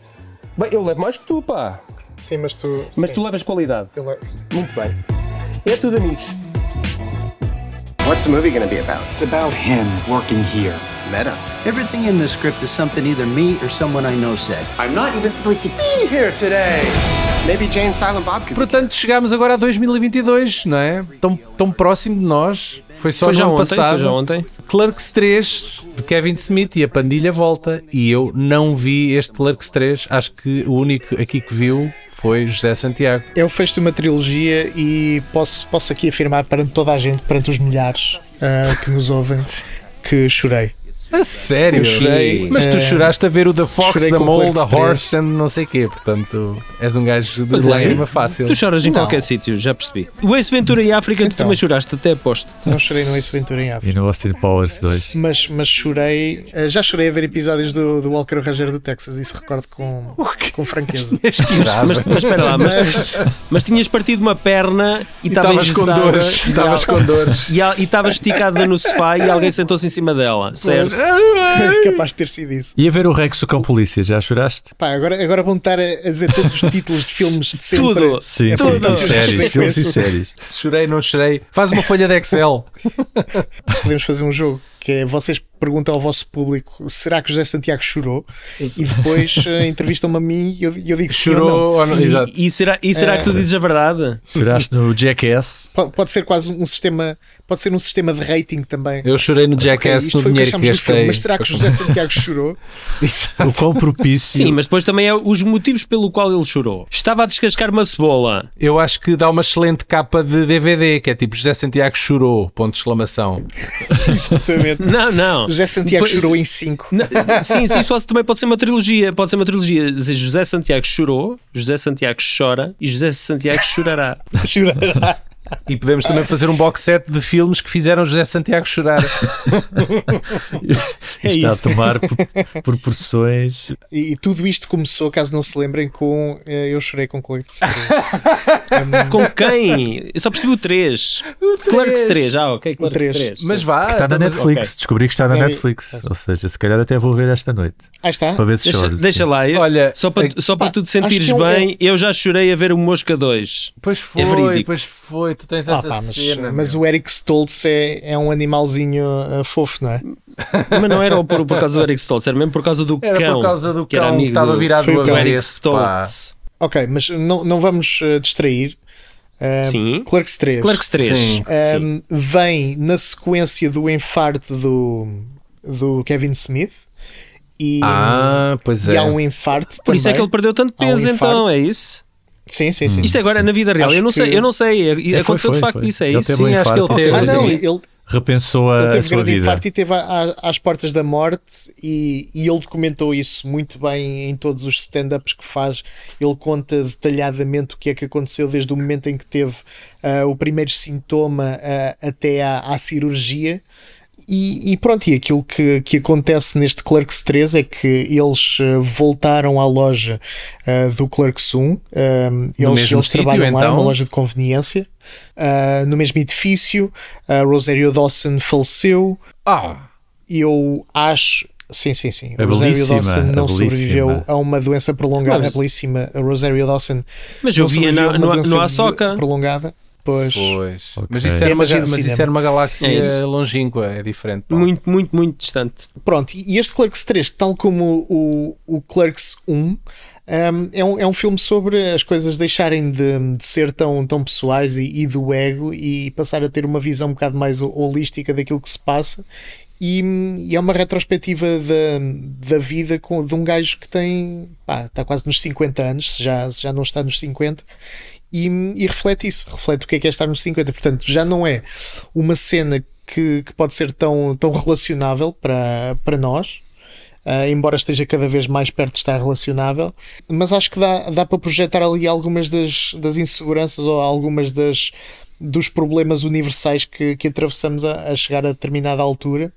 Speaker 7: Bem, eu levo mais que tu, pá.
Speaker 3: Sim, mas tu.
Speaker 7: Mas tu levas qualidade.
Speaker 3: Eu levo.
Speaker 7: Muito bem. É tudo, amigos.
Speaker 16: What's the movie going to be about? It's about him working here. Meta. Everything in the script is something either me or someone I know said. I'm not even supposed to be here today. Maybe Jane Silent Bob could.
Speaker 2: Portanto, chegámos agora a 2022, não é? Tão, tão próximo de nós. Foi só
Speaker 1: Foi
Speaker 2: no
Speaker 1: já
Speaker 2: ano
Speaker 1: ontem, foi
Speaker 2: passado.
Speaker 1: já ontem.
Speaker 2: Clerks 3 de Kevin Smith e a Pandilha volta. E eu não vi este Clerks 3. Acho que o único aqui que viu foi José Santiago.
Speaker 3: Eu É fecho uma trilogia e posso, posso aqui afirmar perante toda a gente, perante os milhares ah, que nos ouvem, que chorei.
Speaker 2: A sério?
Speaker 3: Eu chorei.
Speaker 2: Mas tu
Speaker 3: É.
Speaker 2: choraste a ver o The Fox,
Speaker 3: Chorei
Speaker 2: The
Speaker 3: com
Speaker 2: Mole,
Speaker 3: Clerks
Speaker 2: The
Speaker 3: 3.
Speaker 2: Horse and não sei quê. Portanto, és um gajo de
Speaker 1: Pois é.
Speaker 2: lágrima fácil.
Speaker 1: Tu choras em qualquer sítio, já percebi. O Ace Ventura e África, tu também choraste, até aposto.
Speaker 3: Não chorei no Ace Ventura em África.
Speaker 4: E no Austin Powers 2.
Speaker 3: Mas, mas chorei, ah, já chorei a ver episódios do, do Walker Ranger do Texas, isso recordo com, com franqueza.
Speaker 1: Mas, mas, mas espera lá, mas,
Speaker 3: Mas-
Speaker 1: mas tinhas partido uma perna e
Speaker 3: E
Speaker 1: estava
Speaker 3: estavas com
Speaker 1: engessada
Speaker 3: dores,
Speaker 1: e
Speaker 3: estavas
Speaker 1: al-
Speaker 3: com dores.
Speaker 1: E al- e estava esticada no sofá e alguém sentou-se em cima dela, certo?
Speaker 3: Ah, é Capaz de ter sido isso.
Speaker 4: E a ver o Rex com polícia, já choraste?
Speaker 3: Pá, agora, agora vão estar a, a dizer todos os títulos de filmes de sempre.
Speaker 2: Tudo.
Speaker 4: Sim,
Speaker 3: É
Speaker 4: tudo.
Speaker 3: por isso.
Speaker 4: Séries, filmes e séries.
Speaker 2: Chorei, não chorei. Faz uma folha de Excel.
Speaker 3: Podemos fazer um jogo que é vocês perguntam ao vosso público será que o José Santiago chorou? E depois eh, entrevistam-me a mim e eu, eu digo sim ou não.
Speaker 1: E- E, será, e será que tu
Speaker 3: É.
Speaker 1: dizes a verdade?
Speaker 4: Choraste no Jackass?
Speaker 3: Po- Pode ser quase um sistema, pode ser um sistema de rating também.
Speaker 2: Eu chorei no Jackass
Speaker 3: isto
Speaker 2: no
Speaker 3: foi o que
Speaker 2: dinheiro que
Speaker 3: achámos do filme,
Speaker 2: gastei.
Speaker 3: mas será que o José Santiago chorou?
Speaker 4: O quão propício.
Speaker 1: Sim, mas depois também é os motivos pelo qual ele chorou. Estava a descascar uma cebola.
Speaker 2: Eu acho que dá uma excelente capa de DVD, que é tipo José Santiago chorou, ponto de exclamação.
Speaker 3: Exatamente.
Speaker 1: Não, não.
Speaker 3: José Santiago
Speaker 1: Depois-
Speaker 3: chorou em 5.
Speaker 1: Sim, sim, só se- também pode ser uma trilogia. Pode ser uma trilogia. Dizer José Santiago chorou, José Santiago chora e José Santiago chorará.
Speaker 3: chorará.
Speaker 2: E podemos também fazer um box set de filmes que fizeram José Santiago chorar.
Speaker 4: Isto está a tomar por- proporções.
Speaker 3: E, e tudo isto começou, caso não se lembrem, com eh, Eu Chorei com Clerks 3.
Speaker 1: Com quem? Eu só percebi o 3. Clerks 3, ah, ok. Clerks
Speaker 3: três.
Speaker 1: 3.
Speaker 3: Mas vá,
Speaker 1: tá
Speaker 2: Ah, tá
Speaker 4: Está na Netflix, descobri que está na
Speaker 1: É,
Speaker 4: Netflix. Ou seja, se calhar até vou ver esta noite.
Speaker 3: Ah, está?
Speaker 4: Para ver se
Speaker 1: Deixa,
Speaker 4: choro.
Speaker 1: deixa lá, eu- só para, tu- só para tu te sentires
Speaker 2: acho que é um-
Speaker 1: bem, eu já chorei a ver o Mosca 2.
Speaker 2: Pois
Speaker 1: É
Speaker 2: foi,
Speaker 1: verídico.
Speaker 2: pois foi, tu tens
Speaker 3: Ah,
Speaker 2: essa
Speaker 3: pá, mas,
Speaker 2: cena.
Speaker 3: mas o Eric Stoltz é, é um animalzinho ah, fofo, não é?
Speaker 1: Mas não era por, por causa do Eric Stoltz, era mesmo por causa do
Speaker 2: Era por
Speaker 1: cão.
Speaker 2: causa do
Speaker 1: que era
Speaker 2: cão que
Speaker 1: amigo
Speaker 2: estava
Speaker 1: do-
Speaker 2: virado
Speaker 1: foi o
Speaker 2: a
Speaker 1: cão.
Speaker 2: ver
Speaker 1: Eric
Speaker 2: esse, pá.
Speaker 1: Stoltz.
Speaker 3: Ok, mas não, não vamos ah, distrair. Ah,
Speaker 1: Sim.
Speaker 3: Clerks 3.
Speaker 1: Clerks 3. Sim.
Speaker 3: Ah,
Speaker 1: Sim.
Speaker 3: Vem na sequência do enfarte do, do Kevin Smith e,
Speaker 2: Ah, pois
Speaker 3: e
Speaker 2: é.
Speaker 3: há um infarto
Speaker 2: Por isso é
Speaker 3: também.
Speaker 2: que ele perdeu tanto
Speaker 3: Há um
Speaker 2: peso,
Speaker 3: infarto.
Speaker 2: então, é isso?
Speaker 3: Sim, sim, sim.
Speaker 2: Isto agora é na vida real.
Speaker 3: Acho
Speaker 2: eu não sei,
Speaker 3: que-
Speaker 2: eu não sei. E-
Speaker 4: É, foi,
Speaker 2: Aconteceu
Speaker 4: foi,
Speaker 2: de facto
Speaker 4: foi.
Speaker 2: isso, é
Speaker 4: Ele
Speaker 2: isso?
Speaker 4: teve
Speaker 2: Sim,
Speaker 4: um
Speaker 2: acho que ele
Speaker 4: infarto,
Speaker 2: teve.
Speaker 4: qualquer
Speaker 3: Ah, não,
Speaker 4: coisa.
Speaker 3: ele-
Speaker 4: repensou a,
Speaker 3: Ele
Speaker 4: a
Speaker 3: teve
Speaker 4: sua
Speaker 3: grande
Speaker 4: vida.
Speaker 3: infarto e teve a- a- às portas da morte e, e ele documentou isso muito bem em todos os stand-ups que faz. Ele conta detalhadamente o que é que aconteceu desde o momento em que teve ah, o primeiro sintoma ah, até à, à cirurgia. E, e pronto, e aquilo que, que acontece neste Clerks 3 é que eles ah, voltaram à loja ah, do Clerks 1. ah, eles
Speaker 12: mesmo
Speaker 3: eles
Speaker 12: sítio,
Speaker 3: trabalham lá, é uma
Speaker 12: então?
Speaker 3: loja de conveniência, ah, no mesmo edifício. A Rosario Dawson faleceu.
Speaker 2: Ah!
Speaker 3: Eu acho. Sim, sim, sim.
Speaker 4: É
Speaker 3: Rosario
Speaker 4: belíssima,
Speaker 3: Dawson
Speaker 4: é
Speaker 3: não
Speaker 4: belíssima.
Speaker 3: sobreviveu a uma doença prolongada.
Speaker 4: Mas-
Speaker 3: é belíssima. A Rosario Dawson.
Speaker 2: Mas eu
Speaker 3: não
Speaker 2: via
Speaker 3: sobreviveu
Speaker 2: na-
Speaker 3: a uma
Speaker 2: no-
Speaker 3: doença
Speaker 2: no
Speaker 3: de-
Speaker 2: Ahsoka.
Speaker 3: Prolongada. Pois.
Speaker 2: Pois.
Speaker 4: Ok.
Speaker 2: Mas isso era
Speaker 3: É
Speaker 2: uma,
Speaker 3: magia do
Speaker 2: mas isso
Speaker 3: cinema.
Speaker 2: era uma galáxia
Speaker 3: É isso.
Speaker 2: longínqua, é diferente. pá.
Speaker 3: Muito,
Speaker 1: muito, muito distante.
Speaker 3: Pronto, e este Clerks 3, tal como o, o Clerks 1, um, é, um, é um filme sobre as coisas deixarem de, de ser tão, tão pessoais e, e do ego e passar a ter uma visão um bocado mais ho- holística daquilo que se passa. E, e é uma retrospectiva da, da vida com, de um gajo que tem pá, está quase nos 50 anos, se já, se já não está nos 50, e, e reflete isso, reflete o que é que é estar nos 50. Portanto, já não é uma cena que, que pode ser tão, tão relacionável para, para nós, ah, embora esteja cada vez mais perto de estar relacionável, mas acho que dá, dá para projetar ali algumas das, das inseguranças ou algumas das dos problemas universais que, que atravessamos a, a chegar a determinada altura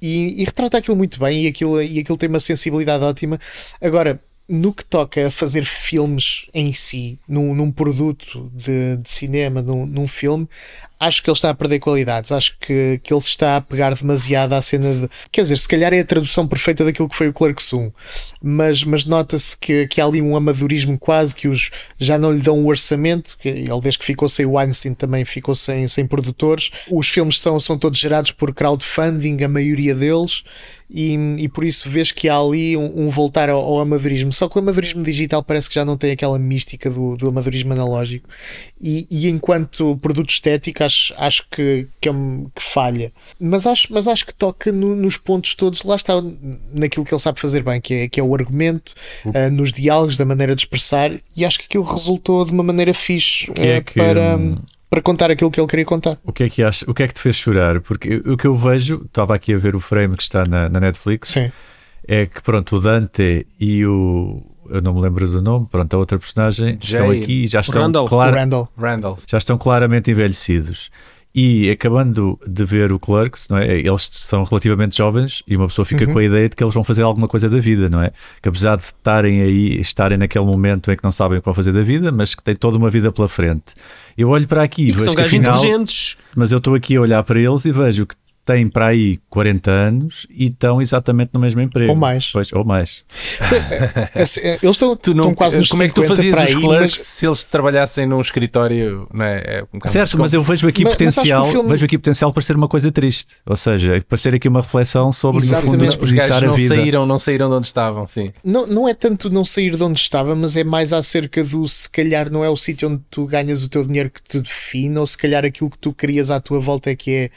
Speaker 3: e, e retrata aquilo muito bem e aquilo, e aquilo tem uma sensibilidade ótima. Agora, no que toca a fazer filmes em si, num, num produto de, de cinema, num, num filme, acho que ele está a perder qualidades. Acho que, que ele se está a pegar demasiado à cena de. Quer dizer, se calhar é a tradução perfeita daquilo que foi o Clerks 1, mas, mas nota-se que, que há ali um amadorismo quase que os já não lhe dão o orçamento. que Ele, desde que ficou sem o Weinstein, também ficou sem, sem produtores. Os filmes são, são todos gerados por crowdfunding, a maioria deles, e, e por isso vês que há ali um, um voltar ao, ao amadorismo. Só que o amadorismo digital parece que já não tem aquela mística do, do amadorismo analógico. E, e enquanto produto estético, acho, acho que, que, é um- que falha. Mas acho, mas acho que toca no- nos pontos todos, lá está, naquilo que ele sabe fazer bem, que é, que é o argumento,
Speaker 4: Uhum.
Speaker 3: ah, nos diálogos, da maneira de expressar, e acho que aquilo resultou de uma maneira fixe
Speaker 4: que é
Speaker 3: ah,
Speaker 4: que-
Speaker 3: para, para contar aquilo que ele queria contar.
Speaker 4: O que é que achas? O que é que te fez chorar? Porque eu- o que eu vejo, estava aqui a ver o frame que está na, na Netflix, é que pronto, o Dante e o eu não me lembro do nome, pronto, a outra personagem estão
Speaker 2: Jay-
Speaker 4: aqui e já estão
Speaker 2: Randall.
Speaker 4: clara-
Speaker 2: Randall. Randall.
Speaker 4: já estão claramente envelhecidos. E acabando de ver o Clerks, não é? eles são relativamente jovens e uma pessoa fica
Speaker 2: Uhum.
Speaker 4: com a ideia de que eles vão fazer alguma coisa da vida, não é? Que apesar de estarem aí, estarem naquele momento em que não sabem o que vão fazer da vida, mas que têm toda uma vida pela frente. Eu olho para aqui e,
Speaker 1: E que
Speaker 4: vejo
Speaker 1: são
Speaker 4: que
Speaker 1: gajos
Speaker 4: afinal,
Speaker 1: inteligentes.
Speaker 4: mas eu estou aqui a olhar para eles e vejo que têm para aí 40 anos e estão exatamente no mesmo emprego.
Speaker 3: Ou mais.
Speaker 4: Pois, ou mais.
Speaker 3: Assim, eh, eles estão,
Speaker 2: Tu não-
Speaker 3: estão quase nos
Speaker 2: como é que tu
Speaker 3: 50
Speaker 2: fazias
Speaker 3: para
Speaker 2: os
Speaker 3: aí,
Speaker 2: clerks
Speaker 3: mas-
Speaker 2: se eles trabalhassem num escritório? Não é? É um bocado
Speaker 4: Certo,
Speaker 2: mais
Speaker 4: mas eu vejo aqui
Speaker 2: Mas- mas acho que o
Speaker 4: potencial,
Speaker 2: filme-
Speaker 4: vejo aqui potencial para ser uma coisa triste, ou seja, para ser aqui uma reflexão sobre no fundo
Speaker 3: Exatamente.
Speaker 2: Os gajos
Speaker 4: desperdiçar a
Speaker 2: não
Speaker 4: vida.
Speaker 2: saíram, não saíram de onde estavam, sim.
Speaker 3: Não, não é tanto não sair de onde estava, mas é mais acerca do se calhar não é o sítio onde tu ganhas o teu dinheiro que te define, ou se calhar aquilo que tu crias à tua volta é que é,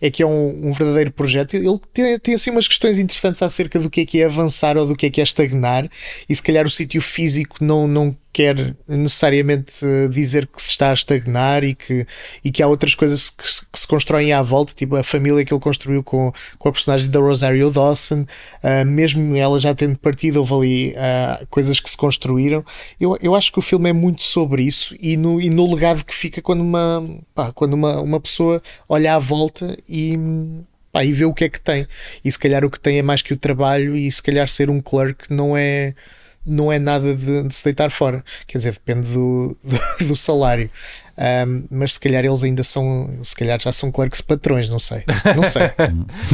Speaker 3: é, que é um, um verdadeiro projeto. Ele tem, tem assim umas questões interessantes acerca do que é que é avançar ou do que é que é estagnar, e se calhar o sítio físico não, não quer necessariamente eh, dizer que se está a estagnar e que, e que há outras coisas que se, que se constroem à volta, tipo a família que ele construiu com, com a personagem da Rosario Dawson, ah, mesmo ela já tendo partido, houve ali ah, coisas que se construíram. Eu, eu acho que o filme é muito sobre isso e no, e no legado que fica quando uma, pá, quando uma, uma pessoa olha à volta e. Pá, e vê o que é que tem. E se calhar o que tem é mais que o trabalho, e se calhar ser um clerk não é não é nada de, de se deitar fora. Quer dizer, depende do, do, do salário. Ahm, mas se calhar eles ainda são, se calhar já são clerks patrões, não sei. Não sei.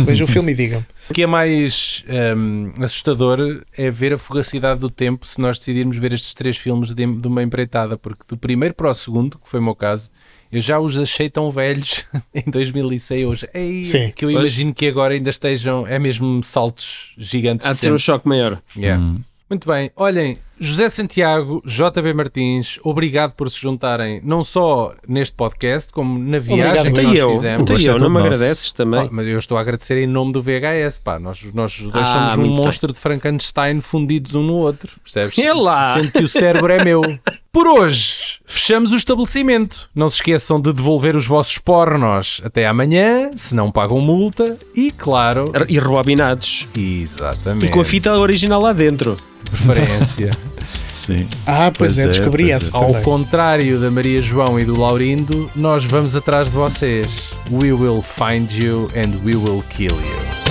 Speaker 3: Vejam o filme e digam.
Speaker 2: O que é mais hum, assustador é ver a fugacidade do tempo se nós decidirmos ver estes três filmes de, de uma empreitada, porque do primeiro para o segundo, que foi o meu caso, eu já os achei tão velhos em 2006 hoje. Ei,
Speaker 1: Sim.
Speaker 2: que eu
Speaker 1: Pois.
Speaker 2: imagino que agora ainda estejam, é mesmo saltos gigantes.
Speaker 1: Há de ser um
Speaker 2: tempo.
Speaker 1: choque maior.
Speaker 2: Yeah. Muito bem, olhem, José Santiago, JB Martins, obrigado por se juntarem não só neste podcast, como na viagem
Speaker 1: Obrigado.
Speaker 2: que
Speaker 1: Até
Speaker 2: nós
Speaker 1: eu.
Speaker 2: fizemos.
Speaker 1: Até eu, não me agradeces também.
Speaker 2: Oh, mas eu estou a agradecer em nome do VHS, pá. Nós, nós os dois
Speaker 1: Ah,
Speaker 2: somos um
Speaker 1: muito bem.
Speaker 2: monstro de Frankenstein fundidos um no outro, percebes?
Speaker 1: É lá.
Speaker 2: Sendo que o cérebro é meu. Por hoje, fechamos o estabelecimento. Não se esqueçam de devolver os vossos pornos até amanhã, se não pagam multa e, claro...
Speaker 1: E rebobinados.
Speaker 2: Exatamente.
Speaker 1: E com a fita original lá dentro. De
Speaker 2: preferência.
Speaker 4: Sim.
Speaker 3: Ah, pois, é, descobri
Speaker 2: pois
Speaker 3: essa
Speaker 2: é. Ao
Speaker 3: também.
Speaker 2: contrário da Maria João e do Laurindo, nós vamos atrás de vocês. We will find you and we will kill you.